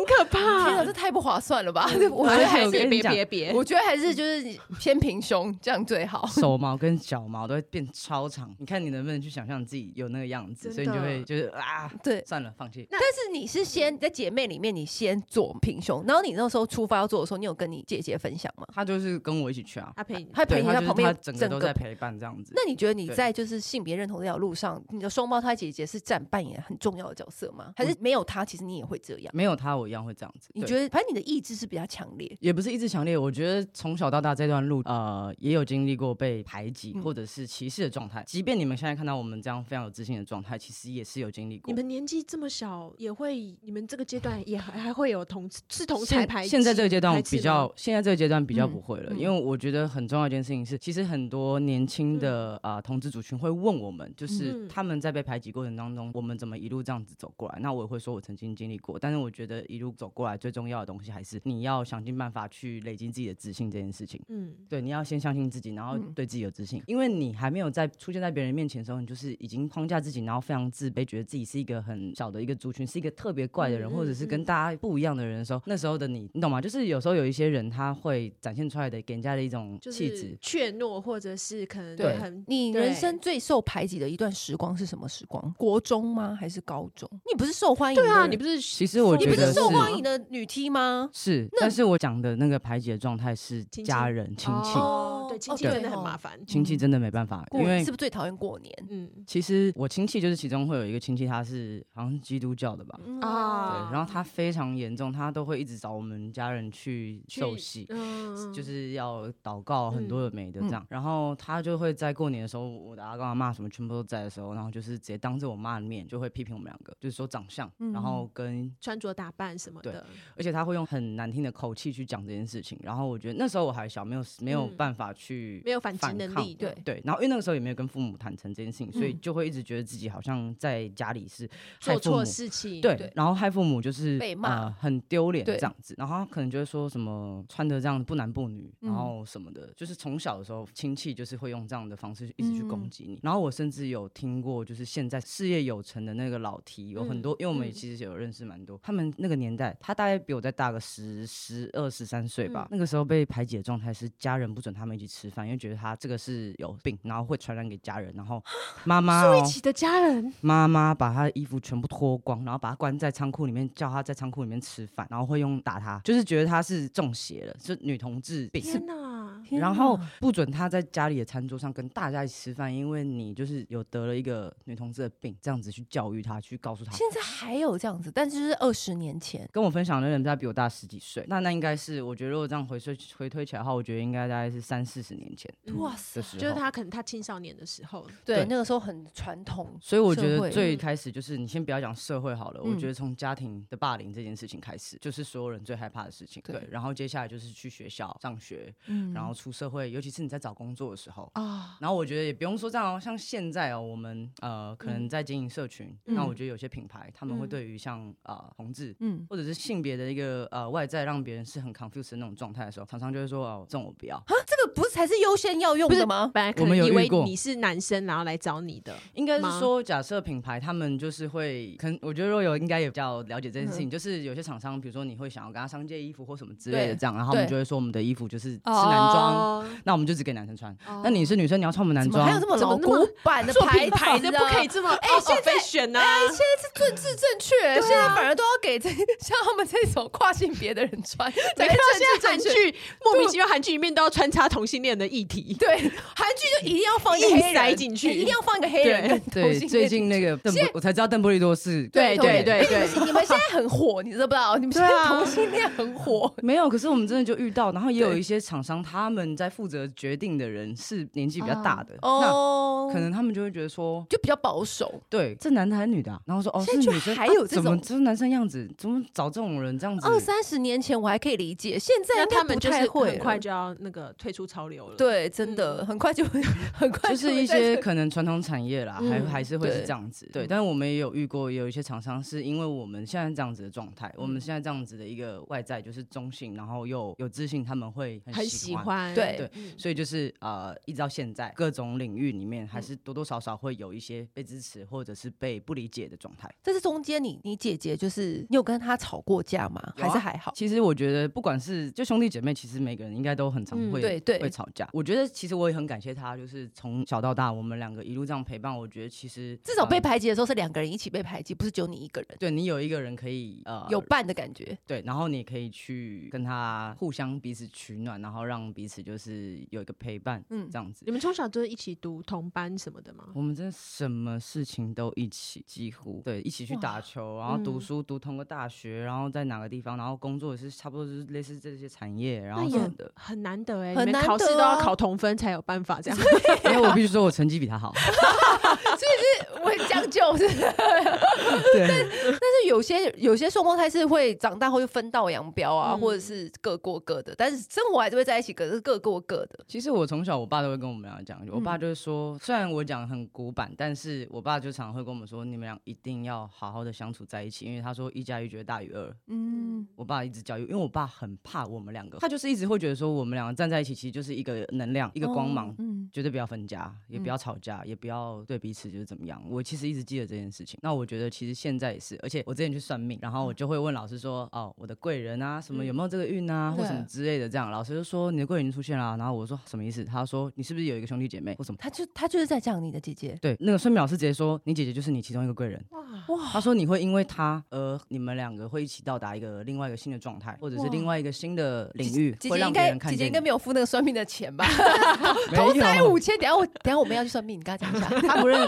Speaker 2: 可
Speaker 1: 天哪，
Speaker 2: 怕。
Speaker 1: 这太不划算了吧！ 我觉得还
Speaker 3: 啊还
Speaker 1: 是
Speaker 3: 有
Speaker 2: 别
Speaker 3: 跟
Speaker 2: 别
Speaker 3: 你讲
Speaker 2: 别别，
Speaker 1: 我觉得还是就是你偏平胸这样最好。
Speaker 3: 手毛跟脚毛都会变超长，你看你能不能去想象自己有那个样子，
Speaker 2: 真
Speaker 3: 所以你就
Speaker 2: 的
Speaker 3: 会就是啊，
Speaker 1: 对
Speaker 3: 算了，放弃。
Speaker 1: 但是你是先在姐妹里面，你先做平胸，然后你那时候出发要做的时候，你有跟你姐姐分享吗？
Speaker 3: 他就是跟我一起去啊，
Speaker 2: 他陪你。
Speaker 1: 她陪
Speaker 3: 对，
Speaker 1: 你
Speaker 3: 他
Speaker 1: 在
Speaker 3: 就是
Speaker 1: 旁
Speaker 3: 他
Speaker 1: 边，
Speaker 3: 整个都在陪伴这样子。
Speaker 1: 那你觉得你
Speaker 3: 对
Speaker 1: 在就是性别认同这条路上，你的双胞胎姐姐是占扮演很重要的角色吗？还是没有她，其实你也会这样？
Speaker 3: 没有他，我一样会这样子。
Speaker 1: 你
Speaker 3: 对
Speaker 1: 觉得，反正你的意志是比较强烈，
Speaker 3: 也不是意志强烈，我觉得从小到大这段路，呃，也有经历过被排挤
Speaker 1: 嗯
Speaker 3: 或者是歧视的状态。即便你们现在看到我们这样非常有自信的状态，其实也是有经历过
Speaker 2: 你。们年纪这么小，也会你们这个阶段也还还会有同是同才
Speaker 3: 现
Speaker 2: 排挤
Speaker 3: 现在这个阶段
Speaker 2: 排
Speaker 3: 我
Speaker 2: 斥
Speaker 3: 比
Speaker 2: 吗
Speaker 3: 较，现在这个阶段比较
Speaker 1: 嗯
Speaker 3: 不会了，
Speaker 1: 嗯
Speaker 3: 因为我觉得很重要一件事情是，其实很多年轻的啊、呃同志族群会问我们，就是
Speaker 2: 嗯
Speaker 3: 他们在被排挤过程当中，我们怎么一路这样子走过来？那我也会说我曾经经历过，但是我觉得一路走过来最重要的东西还是你要想尽办法去累积自己的自信这件事情。
Speaker 2: 嗯，
Speaker 3: 对，你要先相信自己，然后
Speaker 1: 嗯
Speaker 3: 对自己有自信，因为你还没有在出现在别人面前的时候，你就是已经框架自己，然后非常自卑，觉得自己是一个很小的一个族群，是一个特别怪的人，
Speaker 2: 嗯
Speaker 3: 或者是跟大家不一样的人的时候，那时候的你，你懂吗？就是有时候有一些人他会展现出来的给人家的一种
Speaker 2: 就
Speaker 3: 气
Speaker 2: 是
Speaker 3: 质。
Speaker 2: 怯懦或者是可能
Speaker 3: 对
Speaker 2: 很
Speaker 1: 你人生最受排挤的一段时光是什么时光？国中吗？还是高中？你不是受欢迎的
Speaker 2: 对
Speaker 1: 人？
Speaker 2: 啊，你不是
Speaker 3: 其实我
Speaker 1: 你
Speaker 3: 觉
Speaker 1: 不
Speaker 3: 得
Speaker 1: 是
Speaker 3: 是
Speaker 1: 受欢迎的女 T 吗？
Speaker 3: 是，但是我讲的那个排解状态是
Speaker 2: 亲戚
Speaker 3: 家人亲戚，
Speaker 2: 哦，嗯对亲戚
Speaker 3: 对
Speaker 2: 真的很
Speaker 1: 哦
Speaker 2: 麻烦，
Speaker 3: 亲戚真的没办法，
Speaker 1: 过
Speaker 3: 因
Speaker 1: 年
Speaker 3: 为
Speaker 1: 是不是最讨厌过年？
Speaker 2: 嗯
Speaker 3: 其实我亲戚就是其中会有一个亲戚，他是好像是基督教的吧，
Speaker 2: 啊
Speaker 3: 对，然后他非常严重，他都会一直找我们家人去
Speaker 2: 去
Speaker 3: 受洗，
Speaker 2: 嗯
Speaker 3: 就是要祷告很多的美的这样。然后他就会在过年的时候，我的阿公阿妈什么全部都在的时候，然后就是直接当着我妈的面就会批评我们两个，就是说长相，然
Speaker 2: 嗯
Speaker 3: 后跟
Speaker 2: 穿着打扮什么
Speaker 3: 对
Speaker 2: 的，
Speaker 3: 而且他会用很难听的口气去讲这件事情。然后我觉得那时候我还小，没有没有
Speaker 2: 嗯
Speaker 3: 办法去
Speaker 2: 没有反击能
Speaker 3: 抗
Speaker 2: 力，
Speaker 1: 对
Speaker 3: 对，然后因为那个时候也没有跟父母坦诚这件事情，所以
Speaker 1: 嗯
Speaker 3: 就会一直觉得自己好像在家里是害
Speaker 2: 做
Speaker 3: 父
Speaker 2: 错
Speaker 3: 母
Speaker 2: 事情，
Speaker 3: 对，
Speaker 1: 对
Speaker 3: 然后害父母就是
Speaker 1: 被骂
Speaker 3: 呃、很丢脸
Speaker 1: 对
Speaker 3: 这样子，然后他可能就会说什么穿的这样不男不女，然
Speaker 1: 嗯
Speaker 3: 后什么的，就是从小的时候亲戚就是会用这样的方式一直去
Speaker 1: 嗯
Speaker 3: 攻击你。然后我甚至有听过，就是现在事业有成的那个老提有很多，因为我们
Speaker 2: 嗯
Speaker 3: 其实有认识蛮多，他们那个年代，他大概比我再大个十十二十三岁
Speaker 1: 嗯
Speaker 3: 吧，那个时候被排挤的状态是家人不准他们一起吃饭，因为觉得他这个是有病，然后会传染给家人，然后 妈妈、
Speaker 2: 住
Speaker 3: 哦
Speaker 2: 一起的家人，
Speaker 3: 妈妈把她的衣服全部脱光，然后把她关在仓库里面，叫她在仓库里面吃饭，然后会用打她，就是觉得她是中邪了，是女同志病。
Speaker 2: 天哪！
Speaker 1: 天
Speaker 3: 然后
Speaker 1: 哪
Speaker 3: 不准她在家里的餐桌上跟大家一起吃饭，因为你就是有得了一个女同志的病，这样子去教育她，去告诉她。
Speaker 1: 现在还有这样子，但就是二十年前，
Speaker 3: 跟我分享的人大概比我大十几岁，那那应该是我觉得如果这样回推回推起来的话，我觉得应该大概是三四十年前
Speaker 2: 嗯
Speaker 1: 哇塞
Speaker 3: 的！时候。
Speaker 2: 就是他可能他青少年的时候，
Speaker 1: 对，
Speaker 3: 对
Speaker 1: 那个时候很传统，
Speaker 3: 所以我觉
Speaker 1: 社
Speaker 3: 得
Speaker 1: 会
Speaker 3: 最开始就是你先不要讲社会好了，
Speaker 1: 嗯
Speaker 3: 我觉得从家庭的霸凌这件事情开始，就是所有人最害怕的事情。
Speaker 1: 对
Speaker 3: 对，然后接下来就是去学校上学，
Speaker 1: 嗯
Speaker 3: 然后出社会，尤其是你在找工作的时候。
Speaker 2: 啊，
Speaker 3: 然后我觉得也不用说这样哦，像现在哦，我们呃可能在经营社群，
Speaker 1: 嗯
Speaker 3: 那我觉得有些品牌他们会
Speaker 2: 嗯
Speaker 3: 对于像呃同志
Speaker 1: 嗯，
Speaker 3: 或者是性别的一个呃外在让别人是很 confused 的那种状态的时候，常常就会说哦这种我不要，
Speaker 1: 啊，这个不是才是优先要用
Speaker 2: 不是
Speaker 1: 的吗？
Speaker 2: 本来可能
Speaker 3: 我们有
Speaker 2: 以为
Speaker 3: 遇过
Speaker 2: 你是男生，然后来找你的，
Speaker 3: 应该
Speaker 2: 吗
Speaker 3: 是说，假设品牌他们就是会，可能我觉得若有应该也比较了解这件
Speaker 1: 嗯
Speaker 3: 事情，就是有些厂商，比如说你会想要跟他商借衣服或什么之类的
Speaker 1: 对
Speaker 3: 这样，然后我们
Speaker 1: 对哦
Speaker 3: 就会说我们的衣服就是是男装，
Speaker 2: 哦，
Speaker 3: 那我们就只给男生穿。
Speaker 2: 哦
Speaker 3: 那你是女生，你要穿我们男
Speaker 1: 怎么还有这。
Speaker 3: 装
Speaker 1: 么
Speaker 2: 怎么
Speaker 1: 老
Speaker 2: 那么
Speaker 1: 古板 的
Speaker 2: 做
Speaker 1: 牌
Speaker 2: 品牌
Speaker 1: 子哦
Speaker 2: 的
Speaker 1: 啊
Speaker 2: 不可以这么哎，现在选呢？
Speaker 1: 政治正 确，
Speaker 2: 啊
Speaker 1: 现在反而都要给这像他们这种跨性别的人 穿，
Speaker 2: 你
Speaker 1: 才
Speaker 2: 哎看
Speaker 1: 政
Speaker 2: 到
Speaker 1: 治
Speaker 2: 现在韩
Speaker 1: 哦正确。
Speaker 2: 剧莫名其妙，韩剧里面都要穿插同性恋的议题，
Speaker 1: 对，韩剧就一定要放一个
Speaker 2: 硬
Speaker 1: 黑
Speaker 2: 塞
Speaker 1: 人
Speaker 2: 进去
Speaker 1: 哎一定要放一个黑人跟同
Speaker 3: 对，
Speaker 1: 性
Speaker 3: 最
Speaker 1: 恋
Speaker 3: 近那个邓布，我才知道邓布利多是
Speaker 2: 对对对
Speaker 1: 哎你们你们现在很火，你知不知道？你们现在
Speaker 2: 对啊
Speaker 1: 同性恋很 火，
Speaker 3: 没有，可是我们真的就遇到，然后也有
Speaker 1: 对
Speaker 3: 一些厂商，他们在负责决定的人是年纪比较大的，那
Speaker 1: 啊哦，
Speaker 3: 可能他们就会觉得说，
Speaker 1: 就比较保守。
Speaker 3: 对，这男的还是女的、啊？然后说哦，
Speaker 1: 现
Speaker 3: 是
Speaker 1: 在居
Speaker 3: 女生，
Speaker 1: 然还
Speaker 3: 啊
Speaker 1: 有这
Speaker 3: 怎么
Speaker 1: 种哦
Speaker 3: 就是男生样子？怎么找这种人这样子？
Speaker 1: 二三十年前我还可以理解，现在
Speaker 2: 那
Speaker 1: 应该
Speaker 2: 他们
Speaker 1: 不
Speaker 2: 就
Speaker 1: 太
Speaker 2: 是
Speaker 1: 会
Speaker 2: 很
Speaker 1: 了
Speaker 2: 快就要那个退出潮流了。
Speaker 1: 对，真的、很快就 会，很快
Speaker 3: 就是
Speaker 1: 会
Speaker 3: 一
Speaker 1: 在
Speaker 3: 些
Speaker 1: 这
Speaker 3: 可能传统产业啦，还
Speaker 2: 嗯
Speaker 3: 还是会是
Speaker 1: 对
Speaker 3: 这样子。对，但是我们也有遇过，也有一些厂商是因为我们现在这样子的状态，我
Speaker 1: 嗯
Speaker 3: 们现在这样子的一个外在就是中性，然后又有自信，他们会
Speaker 2: 很
Speaker 3: 很
Speaker 2: 喜
Speaker 3: 喜欢。
Speaker 2: 欢，
Speaker 1: 对
Speaker 3: 对
Speaker 2: 嗯
Speaker 3: 所以就是呃，一直到现在，各种领域里面
Speaker 1: 嗯
Speaker 3: 还是多多少少会有一些被支持或者是被不理解的状态。
Speaker 1: 这是中间你你姐姐就是你有跟她吵过架吗？
Speaker 3: 有啊
Speaker 1: 还是还好？
Speaker 3: 其实我觉得，不管是就兄弟姐妹，其实每个人应该都很常
Speaker 2: 嗯
Speaker 3: 会、
Speaker 1: 对对
Speaker 3: 会吵架。我觉得其实我也很感谢他，就是从小到大我们两个一路这样陪伴。我觉得其实
Speaker 1: 至少
Speaker 3: 呃
Speaker 1: 被排挤的时候是两个人一起被排挤，不是只有你一个人，
Speaker 3: 对你有一个人可以呃
Speaker 1: 有伴的感觉。
Speaker 3: 对，然后你也可以去跟他互相彼此取暖，然后让彼此就是有一个陪伴，
Speaker 1: 嗯
Speaker 3: 嗯，这样子
Speaker 2: 你。们从小就是一起读同班什么的吗？
Speaker 3: 我们真的什么事情都一起，几乎对一起去打球，
Speaker 2: 嗯
Speaker 3: 然后读书、读同个大学，然后在哪个地方，然后工作也是差不多就是类似这些产业，然后
Speaker 2: 那
Speaker 3: 什
Speaker 2: 也。
Speaker 3: 么的
Speaker 2: 很难得哎、
Speaker 1: 很
Speaker 2: 你们
Speaker 1: 难
Speaker 2: 考试
Speaker 1: 得
Speaker 2: 都要
Speaker 1: 啊
Speaker 2: 考同分才有办法这样。
Speaker 3: 因为我必须说我成绩比他好，
Speaker 1: 我很将就是，但
Speaker 3: 对，
Speaker 1: 是有些有些双胞胎是会长大后就分道扬镳啊，
Speaker 2: 嗯
Speaker 1: 或者是各过各的，但是生活还是会在一起，可是各过各的。
Speaker 3: 其实我从小我爸都会跟我们俩讲，我爸就会说，虽然我讲很古板，但是我爸就常常会跟我们说，你们俩一定要好好的相处在一起，因为他说一加一绝对大于二，
Speaker 1: 嗯，
Speaker 3: 我爸一直教育，因为我爸很怕我们两个，他就是一直会觉得说我们两个站在一起，其实就是一个能量，一
Speaker 1: 一
Speaker 3: 个光芒，
Speaker 1: 嗯，
Speaker 3: 绝对不要分家，也不要吵架，也不要对彼此就是怎么样。我其实一直记得这件事情。那我觉得其实现在也是，而且我之前去算命，然后
Speaker 1: 嗯
Speaker 3: 我就会问老师说，哦，我的贵人啊，什么有没有这个运啊，或什么
Speaker 1: 对
Speaker 3: 之类的，这样老师就说你的贵人已经出现了啊，然后我说什么意思？他说你是不是有一个兄弟姐妹或什么？
Speaker 1: 她就她就是在讲你的姐姐，
Speaker 3: 对，那个算命老师直接说你姐姐就是你其中一个贵人。
Speaker 2: 哇，
Speaker 3: 他说你会因为他而你们两个会一起到达一个另外一个新的状态，或者是另外一个新的领域，
Speaker 1: 姐
Speaker 3: 会
Speaker 1: 姐
Speaker 3: 让
Speaker 1: 应
Speaker 3: 别
Speaker 1: 该
Speaker 3: 人看
Speaker 1: 姐姐
Speaker 3: 见
Speaker 1: 应
Speaker 3: 你
Speaker 1: 该。没有付那个算命的钱 吧？
Speaker 3: 没有啊
Speaker 1: 偷塞五千，等一下我等一下我们要去算命，你跟她讲一下。
Speaker 3: 他不认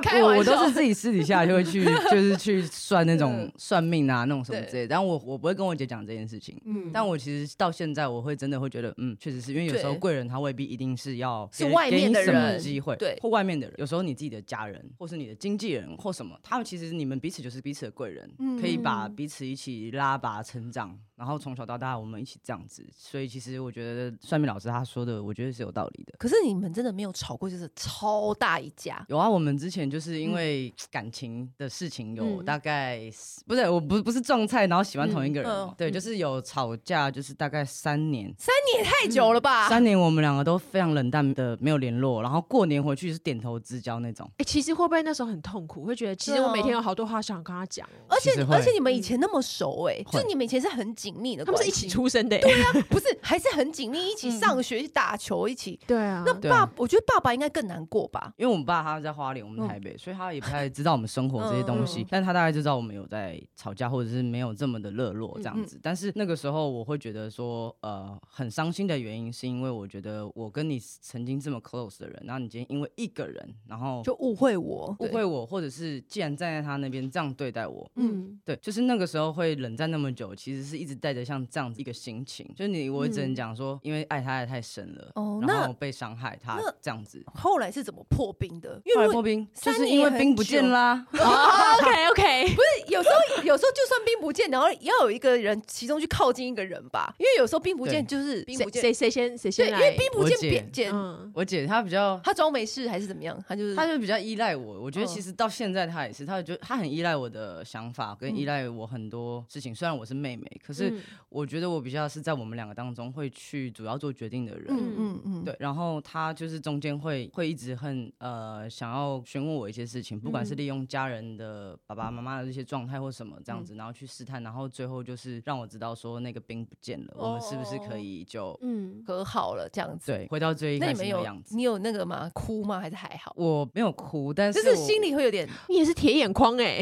Speaker 1: 开
Speaker 3: 他我
Speaker 1: 玩
Speaker 3: 我
Speaker 1: 笑
Speaker 3: 都是自己私底下就 会去就是去算那种
Speaker 1: 嗯
Speaker 3: 算命啊那种什么
Speaker 1: 对
Speaker 3: 之类的，但我我不会跟我姐讲这件事情。
Speaker 1: 嗯，
Speaker 3: 但我其实到现在，我会真的会觉得，嗯，确实是因为有时候
Speaker 1: 对
Speaker 3: 贵人他未必一定是要
Speaker 1: 是
Speaker 3: 给
Speaker 1: 外
Speaker 3: 给
Speaker 1: 面
Speaker 3: 你
Speaker 1: 的
Speaker 3: 什么
Speaker 1: 人
Speaker 3: 机会，
Speaker 1: 对
Speaker 3: 或外面的人，有时候你自己的家人，或是你的经纪人，或什么，他们其实你们彼此就是彼此的贵人，
Speaker 1: 嗯
Speaker 3: 可以把彼此一起拉拔成长，然后从小到大我们一起这样子，所以其实我觉得算命老师他说的，我觉得是有道理的。
Speaker 1: 可是你们真的没有吵过，就是超大一架。
Speaker 3: 有啊，我们之前就是
Speaker 1: 嗯
Speaker 3: 因为感情的事情有
Speaker 2: 嗯
Speaker 3: 大概四、不是，我不不是撞菜，然后喜欢同一个人嘛、
Speaker 1: 嗯嗯
Speaker 3: 对，就是有吵架，就是大概三年。
Speaker 1: 三年也太久了吧？
Speaker 3: 嗯三年，我们两个都非常冷淡的没有联络，然后过年回去是点头之交那种。
Speaker 2: 哎、其实会不会那时候很痛苦？会觉得其实
Speaker 1: 对啊
Speaker 2: 我每天有好多话想跟他讲哦、
Speaker 1: 而且
Speaker 3: 其实会嗯
Speaker 1: 而且你们以前那么熟哎、就
Speaker 3: 会
Speaker 1: 是你们以前是很紧密的
Speaker 2: 他
Speaker 1: 关
Speaker 2: 们
Speaker 1: 系，
Speaker 2: 是一起出生的、欸，
Speaker 1: 不是还是很紧密，一起上学、一起打球、一起。
Speaker 2: 对啊
Speaker 1: 那
Speaker 3: 对
Speaker 1: 爸，
Speaker 3: 嗯啊
Speaker 1: 我觉得爸爸应该更难过吧？
Speaker 3: 因为我们爸他在花莲，我们在台北，所以他也不太知道我们生活这些东西，
Speaker 1: 嗯
Speaker 3: 但他大概就知道我们有在吵架，或者是没有这么的热络这
Speaker 1: 嗯
Speaker 3: 样子。但是那个时候我会觉得说，呃，很伤心的原因是因为我觉得我跟你曾经这么 close 的人，然后你今天因为一个人，然后
Speaker 1: 就误会我，
Speaker 3: 误
Speaker 1: 对
Speaker 3: 会我，或者是既然站在他那边这样对待我，
Speaker 2: 嗯，
Speaker 3: 对，就是那个时候会冷战那么久，其实是一直带着像这样子一个心情，就是你我只能讲说，因为爱他爱太深了，
Speaker 1: 嗯哦那
Speaker 3: 然后被伤害他
Speaker 1: 那
Speaker 3: 这样子。
Speaker 1: 后来是怎么破冰的？因
Speaker 3: 后
Speaker 1: 为
Speaker 3: 来
Speaker 1: 如果
Speaker 3: 破冰，就
Speaker 1: 三
Speaker 3: 是
Speaker 1: 年
Speaker 3: 因为
Speaker 1: 很
Speaker 3: 冰不见
Speaker 1: 久
Speaker 3: 啦、
Speaker 2: 哦，OK OK，
Speaker 1: 不是有时候 有时候就算冰不见，然后要有一个人其中去靠近一个人吧，因为有时候冰不见就是冰不
Speaker 2: 谁
Speaker 1: 见，
Speaker 2: 谁谁先谁
Speaker 1: 对，
Speaker 2: 先
Speaker 1: 因
Speaker 2: 来？
Speaker 1: 为冰不
Speaker 3: 我
Speaker 1: 见
Speaker 3: 姐
Speaker 1: 变见，
Speaker 2: 嗯，
Speaker 3: 我姐她 比较，
Speaker 1: 他装没事还是怎么样？他就是
Speaker 3: 她就比较依赖我。我觉得
Speaker 1: 嗯
Speaker 3: 其实到现在她也是，她就她很依赖我的想法，跟
Speaker 1: 嗯
Speaker 3: 依赖我很多事情。虽然我是妹妹，可是
Speaker 2: 嗯
Speaker 3: 我觉得我比较是在我们两个当中会去主要做决定的人。
Speaker 1: 嗯嗯嗯，
Speaker 3: 对，然后她就是中间会会一直很呃想要询问我一些事情，不管
Speaker 1: 嗯
Speaker 3: 是利用家人的爸爸妈妈的这些状态或什么
Speaker 1: 嗯
Speaker 3: 这样子，然后去试探，然后最后就是让我知道说那个冰不见了，我们是不是可以就
Speaker 2: 嗯，
Speaker 1: 和好了这样子。
Speaker 3: 对回到最一
Speaker 1: 哦那
Speaker 3: 开
Speaker 1: 你
Speaker 3: 始
Speaker 1: 们
Speaker 3: 的
Speaker 1: 有
Speaker 3: 样子？
Speaker 1: 你有那个吗？哭吗？还是还好？
Speaker 3: 我没有哭，但
Speaker 1: 就是是
Speaker 3: 我
Speaker 1: 心里会有点
Speaker 2: 你也是铁眼框哎、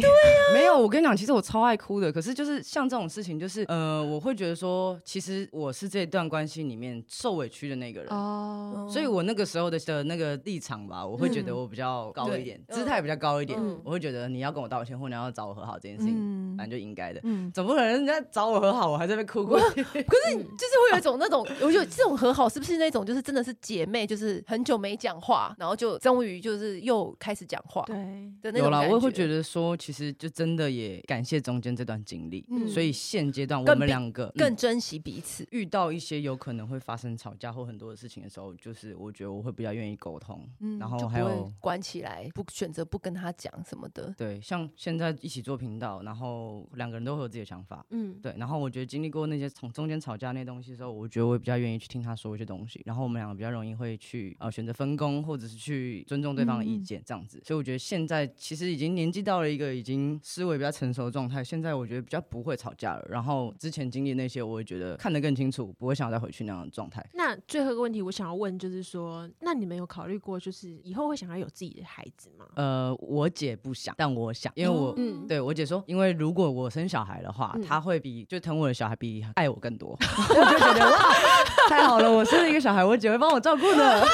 Speaker 3: 没有，我跟你讲，其实我超爱哭的。可是就是像这种事情，就是呃，我会觉得说，其实我是这段关系里面受委屈的那个人。
Speaker 2: 哦，
Speaker 3: 所以，我那个时候的的那个立场吧，我会觉得我比较高一点，
Speaker 1: 嗯对
Speaker 3: 姿态比较高一点，
Speaker 1: 嗯
Speaker 3: 我会觉得你要跟我道歉，或你要找我和好这件件事情，
Speaker 1: 嗯
Speaker 3: 本来就应该的。
Speaker 1: 嗯，
Speaker 3: 总不可能人家找我和好，我还在那边哭过去。
Speaker 1: 就是会有一种那种， 我觉得这种和好是不是那种就是真的是姐妹，就是很久没讲话，然后就终于就是又开始讲话
Speaker 2: 对，
Speaker 1: 的那
Speaker 3: 有
Speaker 1: 种
Speaker 3: 啦，
Speaker 1: 感
Speaker 3: 我也会
Speaker 1: 得
Speaker 3: 觉得嗯说，其实就真的也感谢中间这段经历，
Speaker 1: 嗯
Speaker 3: 所以现阶段我
Speaker 1: 更
Speaker 3: 们
Speaker 1: 比
Speaker 3: 两个嗯
Speaker 1: 更珍惜彼此。
Speaker 3: 遇到一些有可能会发生吵架或很多的事情的时候，就是我觉得我会比较愿意沟通，
Speaker 1: 嗯
Speaker 3: 然
Speaker 1: 就
Speaker 3: 后
Speaker 1: 不
Speaker 3: 还
Speaker 1: 会
Speaker 3: 有
Speaker 1: 关起来，不选择不跟他讲什么的。
Speaker 3: 对，像现在一起做频道，然后两个人都会有自己的想法。
Speaker 2: 嗯，
Speaker 3: 对，然后我觉得经历过那些从中间吵架那些东西的时候，我觉得我也比较愿意去听他说一些东西，然后我们两个比较容易会去呃选择分工，或者是去尊重对方的
Speaker 1: 嗯
Speaker 3: 意见这样子。所以我觉得现在其实已经年纪到了一个已经思维比较成熟的状态，现在我觉得比较不会吵架了。然后之前经历那些，我也觉得看得更清楚，不会想要再回去那样的状态。
Speaker 2: 那最后一个问题，我想要问就是说，那你们有考虑过，就是以后会想要有自己的孩子吗？
Speaker 3: 呃，我姐不想，但我想，因为我、
Speaker 2: 嗯，
Speaker 3: 对我姐说，因为如果我生小孩的话，
Speaker 2: 嗯
Speaker 3: 她会比就疼我的小孩比爱我更 多。我就觉得哇，太好了，我生了一个小孩，我姐会帮我照顾的。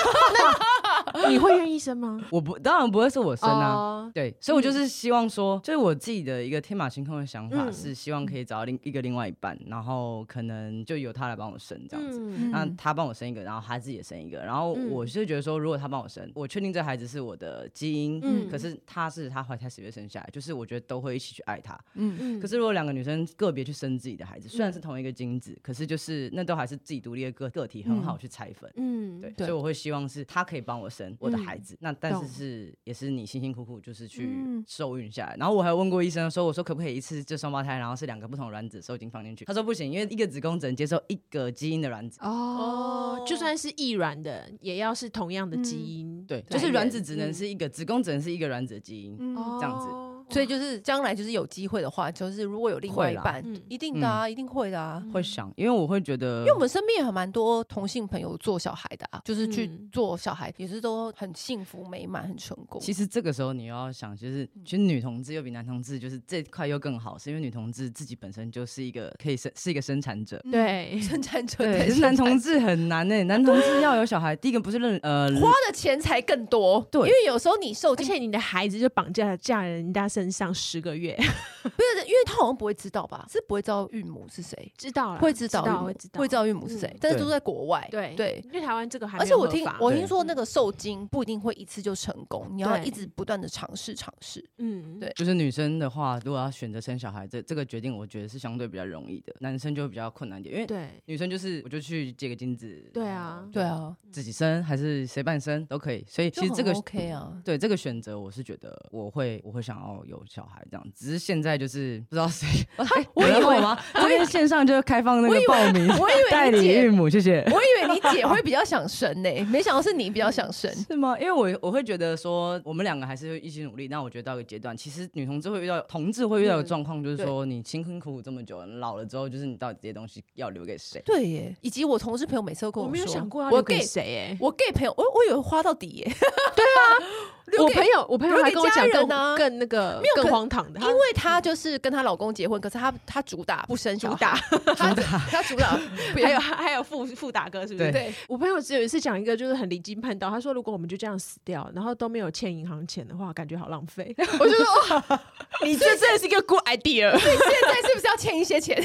Speaker 2: 嗯你会愿意生吗？
Speaker 3: 我不，当然不会是我生啊。
Speaker 2: 哦，
Speaker 3: 对，所以我就是希望说，就是我自己的一个天马行空的想法
Speaker 2: 嗯
Speaker 3: 是希望可以找到另一个另外一半，然后可能就由他来帮我生这样子。
Speaker 2: 嗯
Speaker 3: 那
Speaker 1: 嗯
Speaker 3: 他帮我生一个，然后他自己也生一个，然后
Speaker 2: 嗯
Speaker 3: 我是觉得说，如果他帮我生，我确定这孩子是我的基因，
Speaker 2: 嗯
Speaker 3: 可是他是他怀胎十月生下来，就是我觉得都会一起去爱他。
Speaker 1: 嗯，
Speaker 2: 嗯
Speaker 3: 可是如果两个女生个别去生自己的孩子，虽然是同一个精子，可是就是那都还是自己独立的个个体，很好去拆分。
Speaker 2: 嗯，
Speaker 3: 对，
Speaker 1: 对
Speaker 3: 所以我会希望是他可以帮我生我的孩子，那但
Speaker 2: 懂
Speaker 3: 是是也是你辛辛苦苦就是去
Speaker 1: 嗯
Speaker 3: 受孕下来。然后我还问过医生说，我说可不可以一次就双胞胎，然后是两个不同卵子受精放进去？他说不行，因为一个子宫只能接受一个基因的卵子。
Speaker 2: 哦，嗯就算是异卵的，也要是同样的基因，
Speaker 3: 对，
Speaker 2: 来
Speaker 3: 就是
Speaker 2: 源
Speaker 3: 卵子只
Speaker 2: 嗯
Speaker 3: 能是一个，子宫只能是一个卵子的基
Speaker 1: 嗯
Speaker 3: 因。
Speaker 2: 哦
Speaker 3: 这样子
Speaker 1: 所以就是将来就是有机会的话，就是如果有另外一
Speaker 3: 会
Speaker 1: 半
Speaker 2: 嗯，
Speaker 1: 一定的啊，一定会的啊。
Speaker 3: 会想，因为我会觉得，
Speaker 1: 因为我们身边也很蛮多同性朋友做小孩的啊，就是去
Speaker 2: 嗯
Speaker 1: 做小孩，也是都很幸福美满、很成功。
Speaker 3: 其实这个时候你又要想，就是其实女同志又比男同志就是这块又更好，是因为女同志自己本身就是一个可以生是一个生产
Speaker 2: 嗯
Speaker 3: 者。
Speaker 2: 对，
Speaker 1: 生产者
Speaker 3: 对，
Speaker 1: 嗯对
Speaker 3: 可是 男同
Speaker 1: 生
Speaker 3: 志很难呢、男同志要有小孩，第一个不是认呃，
Speaker 1: 产者花的钱才更多，
Speaker 3: 对
Speaker 1: 因为有时候你受
Speaker 2: 而
Speaker 1: 精，
Speaker 2: 且你的孩子就绑架架人家身上十个月，
Speaker 1: 不是因为他好像不会知道吧？是不会知道孕母是谁，
Speaker 2: 知道了，
Speaker 1: 会啊知道
Speaker 2: 知
Speaker 1: 孕
Speaker 2: 道
Speaker 1: 母
Speaker 2: 会知道
Speaker 1: 会知道孕母是谁
Speaker 2: 嗯，
Speaker 1: 但是
Speaker 3: 对
Speaker 1: 都在国外，
Speaker 2: 对
Speaker 1: 对。
Speaker 2: 因为台湾这个还
Speaker 1: 而
Speaker 2: 没
Speaker 1: 且
Speaker 2: 有
Speaker 1: 我
Speaker 2: 合法，
Speaker 1: 听我听
Speaker 3: 对
Speaker 1: 说那个受精不一定会一次就成功，你要
Speaker 2: 对
Speaker 1: 一直不断的尝试尝试。
Speaker 2: 嗯
Speaker 1: 对
Speaker 3: 就是女生的话，如果要选择生小孩，这这个决定我觉得是相对比较容易的，男生就会比较困难一点，因为
Speaker 2: 对
Speaker 3: 女生就是我就去借个精子，
Speaker 2: 对啊
Speaker 3: 然后
Speaker 1: 对啊，
Speaker 3: 自己生还是谁伴生都可以，所以其实
Speaker 1: 就
Speaker 3: 这个
Speaker 1: 很 OK 啊，
Speaker 3: 对这个选择，我是觉得我会我会想要有小孩这样，只是现在就是不知道谁，我要哎 问我吗？这边线上就开放那个报名
Speaker 1: 我以为你
Speaker 3: 代理
Speaker 1: 姐
Speaker 3: 孕母，谢谢。
Speaker 1: 我以为你姐会比较想生呢、没想到是你比较想 生。
Speaker 3: 是吗？因为我我会觉得说，我们两个还是会一起努力。那我觉得到一个阶段，其实女同志会遇到同志会遇到的状况，就是说你辛辛苦苦这么久，老了之后，就是你到底这些东西要留给谁？
Speaker 1: 对耶，以及我同事朋友每次都跟
Speaker 2: 我
Speaker 1: 说，
Speaker 2: 没有想过要
Speaker 1: 我
Speaker 2: 留给
Speaker 1: gay
Speaker 2: 谁
Speaker 1: 我 gay 朋友，我我以为花到底耶。对啊，
Speaker 2: 哎，我朋友我朋友
Speaker 1: 留
Speaker 2: 还
Speaker 1: 给
Speaker 2: 跟我
Speaker 1: 家
Speaker 2: 讲更
Speaker 1: 人啊
Speaker 2: 更那个
Speaker 1: 没有
Speaker 2: 更
Speaker 1: 可
Speaker 2: 荒唐的，
Speaker 1: 因为她就是跟她老公结婚，可是她她主打不生小孩， 她她主 打不要
Speaker 2: 还有还有傅傅达哥是不是？
Speaker 3: 对
Speaker 1: 对
Speaker 2: 我朋友只有一次讲一个，就是很离经叛道。他说，如果我们就这样死掉，然后都没有欠银行钱的话，感觉好浪费。我就说，哇 你这真的是一个 good idea。
Speaker 1: 哦现在是不是要欠一些钱？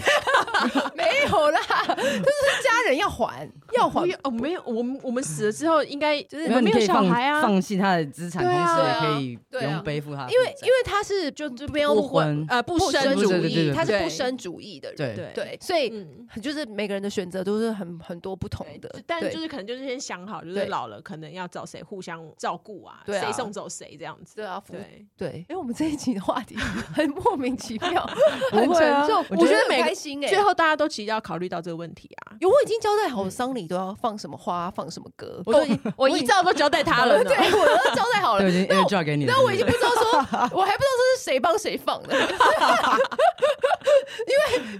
Speaker 1: 没有啦，就是家人要还，要
Speaker 2: 我
Speaker 1: 还
Speaker 2: 有。哦，没有，我们我们死了之后，应该就是
Speaker 3: 因为
Speaker 2: 没
Speaker 3: 你
Speaker 2: 有
Speaker 3: 可以
Speaker 2: 小
Speaker 3: 放
Speaker 2: 孩啊。
Speaker 3: 放弃他的资产，
Speaker 2: 对啊
Speaker 3: 同时也可以不
Speaker 1: 对啊
Speaker 3: 用背负他的负
Speaker 1: 因为
Speaker 3: 债。
Speaker 1: 因为她是就就没有
Speaker 3: 不婚
Speaker 2: 呃不
Speaker 1: 不
Speaker 2: 生
Speaker 1: 生主
Speaker 3: 对对对
Speaker 1: 义，
Speaker 3: 对
Speaker 1: 她是不
Speaker 2: 对
Speaker 1: 生主义的人，
Speaker 3: 对啊
Speaker 2: 对
Speaker 1: 对，所以
Speaker 2: 嗯。
Speaker 1: 就是每个人的选择都是很很多不同的
Speaker 2: 就，但
Speaker 1: 对
Speaker 2: 就是可能就是先想好，就是
Speaker 1: 对
Speaker 2: 老了可能要找谁互相照顾啊，
Speaker 1: 对啊
Speaker 2: 谁送走谁这样子。
Speaker 1: 对啊，服
Speaker 2: 对，
Speaker 1: 对，因为我们这一集的 话题很莫名其妙，
Speaker 3: 不
Speaker 1: 很
Speaker 3: 会
Speaker 1: 沉
Speaker 3: 啊
Speaker 1: 重。
Speaker 3: 我
Speaker 1: 我
Speaker 2: 觉
Speaker 1: 觉
Speaker 2: 得
Speaker 1: 得
Speaker 2: 每
Speaker 1: 每
Speaker 2: 个
Speaker 1: 开心哎、
Speaker 2: 最后大家都其实要考虑到这个问题啊。
Speaker 1: 有我已经交代好，
Speaker 3: 嗯
Speaker 1: 我丧礼都要放什么花，放什么歌，
Speaker 2: 我都哦我一照都交代他 了呢，
Speaker 1: 对我都交代好了
Speaker 3: 对，我已。经 air drop 给你了。
Speaker 1: 那我
Speaker 3: 对
Speaker 1: 已
Speaker 3: 不
Speaker 1: 经
Speaker 3: 对
Speaker 1: 不知道说，我还不知道这是谁帮谁放的，因 为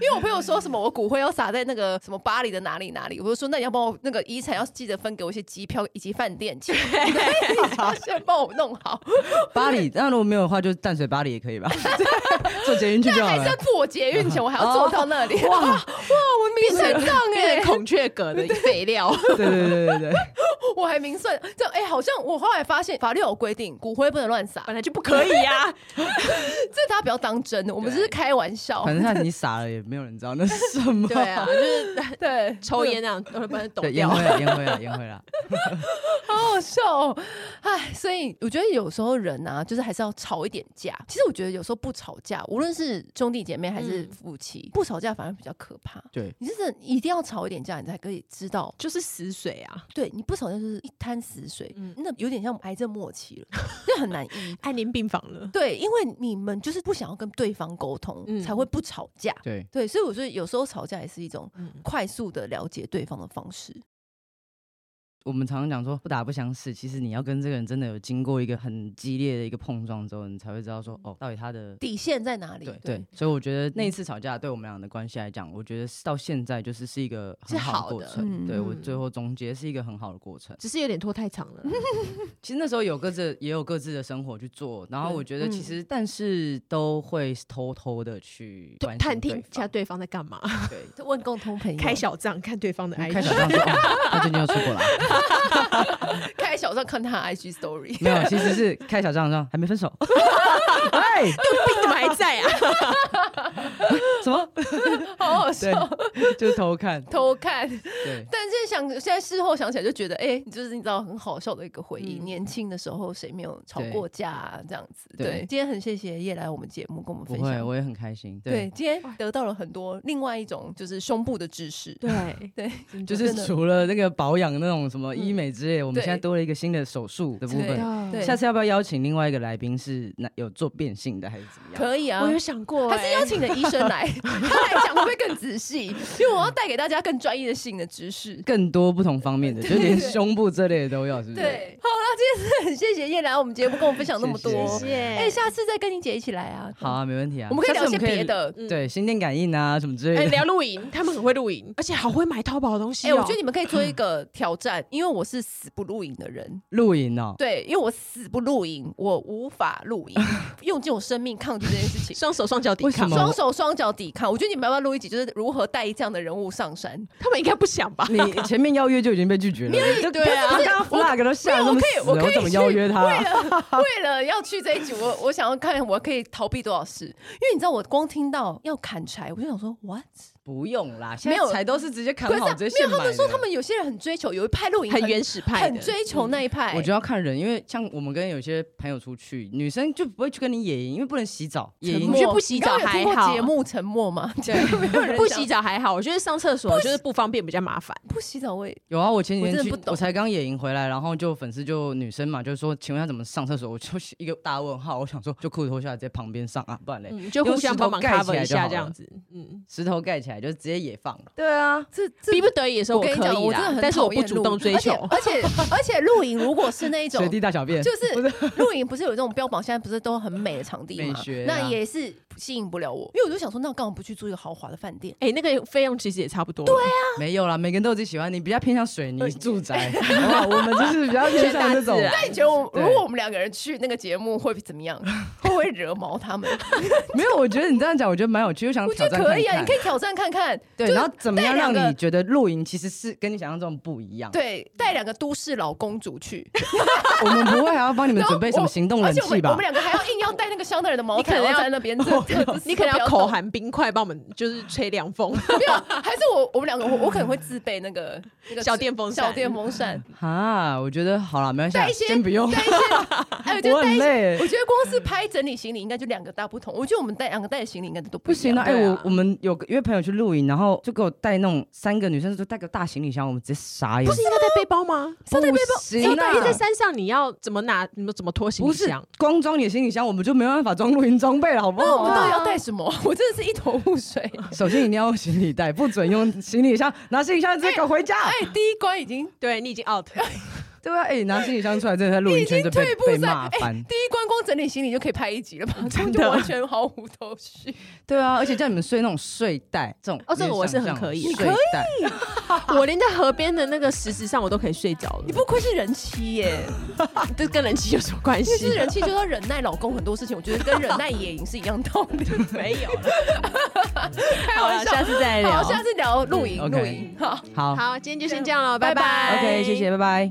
Speaker 1: 因为我朋友说什么我骨灰要撒在那个什么巴黎的哪里哪里，我就说那你要帮我那个遗产要记得分给我一些机票以及饭店钱， 你可以要先帮我弄好，
Speaker 3: 巴黎，那如果没有的话，就淡水巴黎也可 以吧，坐捷运去就好
Speaker 1: 还是
Speaker 3: 了
Speaker 1: 要。付我捷运钱，我还要坐到那
Speaker 2: 哦
Speaker 1: 里，哇哇，我名声
Speaker 2: 变
Speaker 1: 上哎
Speaker 2: 欸 成，孔雀葛的肥料。
Speaker 3: 对对对对对，
Speaker 1: 我还明算这样，哎、好像我后来发现法律有规定，骨灰不能乱撒，
Speaker 2: 本来就不可以啊 呀、
Speaker 1: 这大家不要当真的，我们只是开玩笑
Speaker 3: 反。正他 你傻了也没有人知道那是什么。
Speaker 2: 哦对 啊，就是
Speaker 1: 对，
Speaker 2: 抽烟啊，呃不然
Speaker 3: 对，啊
Speaker 2: 懂
Speaker 3: 烟
Speaker 2: 掉
Speaker 3: 灰。了，烟灰了，烟灰了。
Speaker 1: 好好笑哦！哎，所以我觉得有时候人啊，就是还是要吵一点架。其实我觉得有时候不吵架，无论是兄弟姐妹还是
Speaker 2: 嗯
Speaker 1: 夫妻，不吵架反而比较可怕。
Speaker 3: 对，
Speaker 1: 你就是一定要吵一点架，你才可以知道，
Speaker 2: 就是死水啊！
Speaker 1: 对，你不吵架就是一滩死水，
Speaker 2: 嗯
Speaker 1: 那有点像癌症末期了，那很难医。
Speaker 2: 安宁病房了，
Speaker 1: 对，因为你们就是不想要跟对方沟通，
Speaker 2: 嗯
Speaker 1: 才会不吵架。
Speaker 3: 对，
Speaker 1: 对，所以我觉得有时候吵架也是一种
Speaker 2: 嗯，
Speaker 1: 快速的了解对方的方式。
Speaker 3: 我们常常讲说不打不相识，其实你要跟这个人真的有经过一个很激烈的一个碰撞之后，你才会知道说哦，到底他的
Speaker 1: 底线在哪里？
Speaker 3: 对对，所以我觉得那一次吵架对我们俩的关系来讲，我觉得是到现在就是是一个
Speaker 2: 是
Speaker 3: 很好
Speaker 2: 好
Speaker 3: 的过
Speaker 2: 的
Speaker 3: 程。对我
Speaker 2: 嗯
Speaker 3: 最后总结是一个很好的过程。
Speaker 2: 只是有点拖太长了。
Speaker 3: 其实那时候有各自也有各自的生活去做，然后我觉得
Speaker 2: 嗯
Speaker 3: 其实但是都会偷偷的去
Speaker 2: 对
Speaker 3: 关心
Speaker 2: 探听一下
Speaker 3: 方
Speaker 2: 对方在嗯干嘛，
Speaker 3: 对。
Speaker 1: 就问共同朋友，
Speaker 2: 开小账看对方的
Speaker 3: 嗯开
Speaker 2: IG，
Speaker 3: 小账说、哦、他最近又出国了，
Speaker 1: 开小账看他的 IG story。
Speaker 3: 没有，其实是开小账说还没分手。哎，
Speaker 2: 病怎么还在啊？
Speaker 3: 什么？
Speaker 1: 好好
Speaker 3: 对
Speaker 1: 笑，，
Speaker 3: 就是偷看。
Speaker 1: 偷看。
Speaker 3: 对，
Speaker 1: 但是想现在事后想起来就觉得，哎、你就是你知道很好笑的一个回忆。
Speaker 2: 嗯
Speaker 1: 年轻的时候谁没有吵
Speaker 3: 对
Speaker 1: 过架啊？这样子。
Speaker 3: 对
Speaker 1: 对，今天很谢谢叶来我们节目跟我们
Speaker 3: 不
Speaker 1: 分
Speaker 3: 会，
Speaker 1: 享。
Speaker 3: 我也很开心。
Speaker 1: 对，，今天得到了很多另外一种就是胸部的知识。
Speaker 2: 对
Speaker 1: 对，
Speaker 2: 真的
Speaker 3: 就是
Speaker 1: 真的嗯
Speaker 3: 除了那个保养那种什么医美之类，我们
Speaker 1: 对
Speaker 3: 现在多了一个新的手术的部
Speaker 1: 对
Speaker 3: 分。
Speaker 1: 对
Speaker 3: 下次要不要邀请另外一个来宾是那有做变性的还是怎么样？
Speaker 1: 可以啊
Speaker 2: 我，有想过，哎
Speaker 1: 还是邀
Speaker 2: 要
Speaker 1: 请你的医生来，他来讲会不会更仔细？因为我要带给大家更专业的性的知识。
Speaker 3: 更多不同方面的，就连胸部这类的都要，是不是？
Speaker 1: 对，好了，今天是很谢谢叶来我们节目跟我分享那么多。
Speaker 3: 谢
Speaker 2: 谢，
Speaker 1: 哎、下次再跟你姐一起来啊。
Speaker 3: 好啊，没问题啊。
Speaker 1: 我们可以
Speaker 3: 下
Speaker 1: 聊
Speaker 3: 次
Speaker 1: 些
Speaker 3: 我们可以
Speaker 1: 别，的。
Speaker 2: 嗯
Speaker 3: 对，心电感应啊什么之
Speaker 2: 哎
Speaker 3: 类的。
Speaker 2: 聊露营，他们很会露营，而且好会买淘宝的东西
Speaker 1: 哎、
Speaker 2: 哦。
Speaker 1: 我觉得你们可以做一个挑战，因为我是死不露营的人。
Speaker 3: 露营哦，
Speaker 1: 对，因为我死不露营，我无法露营， 用尽我生命抗拒这件事情。
Speaker 2: 双手双脚抵
Speaker 3: 为
Speaker 2: 抗
Speaker 3: 什，么
Speaker 1: 双手双脚抵抗，我觉得你们要不要录一集，就是如何带这样的人物上山？
Speaker 2: 他们应该不想吧？
Speaker 3: 你 前面邀约就已经被拒绝了，就
Speaker 1: 对啊
Speaker 3: 他刚刚 flag 都下得那么死
Speaker 1: 我可以我可以
Speaker 3: 了，我怎么邀约他啊？
Speaker 1: 为了要去这一集，我我想要看我可以逃避多少事，因为你知道，我光听到要砍柴，我就想说 what？
Speaker 3: 不用啦，现
Speaker 1: 没有
Speaker 3: 在才都是直接砍
Speaker 1: 可是
Speaker 3: 好
Speaker 1: 啊
Speaker 3: 直接
Speaker 1: 没有，
Speaker 3: 现买
Speaker 1: 他们说
Speaker 3: 的
Speaker 1: 他们有些人很追求，有一派露营
Speaker 2: 很原始派的，嗯
Speaker 1: 很追求那一派。
Speaker 3: 我觉得要看人，因为像我们跟有些朋友出去，女生就不会去跟你野营，因为不能洗澡。野
Speaker 1: 沉
Speaker 3: 营
Speaker 1: 默
Speaker 2: 你去不洗澡
Speaker 1: 你刚刚有听
Speaker 2: 还
Speaker 1: 过
Speaker 2: 好
Speaker 1: 节目沉默吗？
Speaker 2: 嗯对， 不洗澡还好，我觉得上厕所就是不方便比较麻烦。
Speaker 1: 不洗澡我也
Speaker 3: 有啊，我前几
Speaker 1: 我
Speaker 3: 天
Speaker 1: 真的
Speaker 3: 去
Speaker 1: 不，懂
Speaker 3: 我才刚野营回来，然后就粉丝就女生嘛，就说请问要怎么上厕所？我就是一个大问号，我想说就裤子脱下来在旁边上啊，不然嘞，
Speaker 2: 嗯，就互相帮忙
Speaker 3: 用石头
Speaker 2: cover
Speaker 3: 盖起来
Speaker 2: 一
Speaker 3: 就好
Speaker 2: 下
Speaker 3: 了
Speaker 2: 这样子，嗯，
Speaker 3: 石头盖起来就直接野放了。
Speaker 1: 对啊，这这
Speaker 2: 逼不得已的时候
Speaker 1: 我跟你
Speaker 2: 可
Speaker 1: 讲，
Speaker 2: 以
Speaker 1: 我真的
Speaker 2: 啦
Speaker 1: 很，
Speaker 2: 但是我
Speaker 1: 讨
Speaker 2: 不
Speaker 1: 厌
Speaker 2: 主
Speaker 1: 露
Speaker 2: 动
Speaker 1: 营
Speaker 2: 追求。
Speaker 1: 而且而且而且露营如果是那一种
Speaker 3: 随。地大小便，
Speaker 1: 就是露营，不是有这种标榜现在不是都很美的场地
Speaker 3: 美
Speaker 1: 吗
Speaker 3: 学？
Speaker 1: 那
Speaker 3: 啊
Speaker 1: 也是吸引不了我，因为我就想说，那我干嘛不去住一个豪华的饭店？
Speaker 2: 哎、那个费用其实也差不多。对啊，
Speaker 3: 没有啦，每个人都有自己喜欢，你比较偏向水泥住
Speaker 1: 哎
Speaker 3: 宅，好不好？我们就是比较偏向那种
Speaker 2: 选大自然
Speaker 1: 那你觉得我
Speaker 3: 对
Speaker 1: 如果我们两个人去那个节目会怎么样？会不会惹毛他们？
Speaker 3: 没有，我觉得你这样讲，我觉得蛮有趣，就想
Speaker 1: 我
Speaker 3: 挑
Speaker 1: 觉得
Speaker 3: 战
Speaker 1: 可
Speaker 3: 看
Speaker 1: 以啊，
Speaker 3: 看
Speaker 1: 你可以挑战看看。
Speaker 3: 对，
Speaker 1: 就
Speaker 3: 然后怎么样
Speaker 1: 带两
Speaker 3: 让
Speaker 1: 个
Speaker 3: 你觉得露营其实是跟你想象中不一样？
Speaker 1: 对，带两个都市老公主去，
Speaker 3: 我们不会还要帮你们
Speaker 1: 然后
Speaker 3: 准备什么
Speaker 1: 我
Speaker 3: 行动
Speaker 1: 而
Speaker 3: 冷
Speaker 1: 且我
Speaker 3: 气
Speaker 1: 们我
Speaker 3: 吧
Speaker 1: 们？两个还要硬要带那个香奈儿的毛
Speaker 2: 你可
Speaker 1: 毯，
Speaker 2: 能
Speaker 1: 然后
Speaker 2: 要
Speaker 1: 在 那边，这这这
Speaker 2: 你可能
Speaker 1: 不
Speaker 2: 要口
Speaker 1: 动
Speaker 2: 含冰块帮我们，就是吹凉风。
Speaker 1: 没有，还是我我们两个，我我可能会自备那个那个
Speaker 2: 小电风扇
Speaker 1: 小电风扇，
Speaker 3: 啊，我觉得好了，没关系啊
Speaker 1: 带一，些
Speaker 3: 先不用。
Speaker 1: 带一些，哎，我觉得
Speaker 3: 我
Speaker 1: 带
Speaker 3: 很
Speaker 1: 一些。
Speaker 3: 累
Speaker 1: 我，觉得光是拍整理行李，应该就两个大不同。我觉得我们带两个带的行李应该都
Speaker 3: 不
Speaker 1: 一
Speaker 3: 行
Speaker 1: 样
Speaker 3: 了。哎，
Speaker 2: 对啊
Speaker 3: 我我们有个约朋友去露营，然后就给我带那种三个女生就带个大行李箱，我们直接傻眼
Speaker 2: 不。是
Speaker 1: 啊
Speaker 2: 应该带背包吗？
Speaker 3: 不
Speaker 2: 因
Speaker 3: 行
Speaker 2: 为
Speaker 3: 啊
Speaker 2: 在山上你要怎么拿，你们怎么拖行
Speaker 3: 不
Speaker 2: 李
Speaker 3: 是
Speaker 2: 箱？
Speaker 3: 光装你的行李箱，我们就没办法装露营装备了，好不
Speaker 1: 哦那我
Speaker 3: 好
Speaker 1: 们到底
Speaker 3: 啊？
Speaker 1: 要带什么？ 我真的是一头雾水。
Speaker 3: 首先一定要用行李袋，不准用行李箱，拿行李箱直接搞回家。
Speaker 1: 哎，第一关已经
Speaker 2: 对你已经 out，了
Speaker 3: 对啊，哎，拿行李箱出来，真的在露
Speaker 1: 你
Speaker 3: 营
Speaker 1: 已
Speaker 3: 圈
Speaker 1: 经
Speaker 3: 就被
Speaker 1: 退步
Speaker 3: 被
Speaker 1: 三，
Speaker 3: 骂
Speaker 1: 哎，
Speaker 3: 翻。
Speaker 1: 第一关光整理行李就可以拍一集了吧？这样就
Speaker 2: 真的
Speaker 1: 完全毫无头绪。
Speaker 3: 对啊，而且叫你们睡那种睡袋，这种
Speaker 2: 哦这个我是很
Speaker 3: 有点像
Speaker 2: 可以
Speaker 3: 睡
Speaker 2: 可
Speaker 3: 袋
Speaker 2: 我连在河边的那个石子上我都可以睡着了
Speaker 1: 你。不愧是人妻 耶！
Speaker 2: 这跟人气有什么关
Speaker 1: 因为就
Speaker 2: 系
Speaker 1: 是？人妻就要忍耐老公很多事情，我觉得跟忍耐野营是一样道理。
Speaker 2: 没有，
Speaker 1: 开
Speaker 2: 好了，
Speaker 1: 玩笑
Speaker 2: 下。次再聊。
Speaker 1: 好，下次聊露营，
Speaker 3: 嗯
Speaker 1: 露
Speaker 3: ，OK
Speaker 1: 营好。
Speaker 3: 好
Speaker 2: 好，今天就先这样了，拜
Speaker 1: 拜
Speaker 2: 拜。
Speaker 3: ，OK，谢谢，拜拜。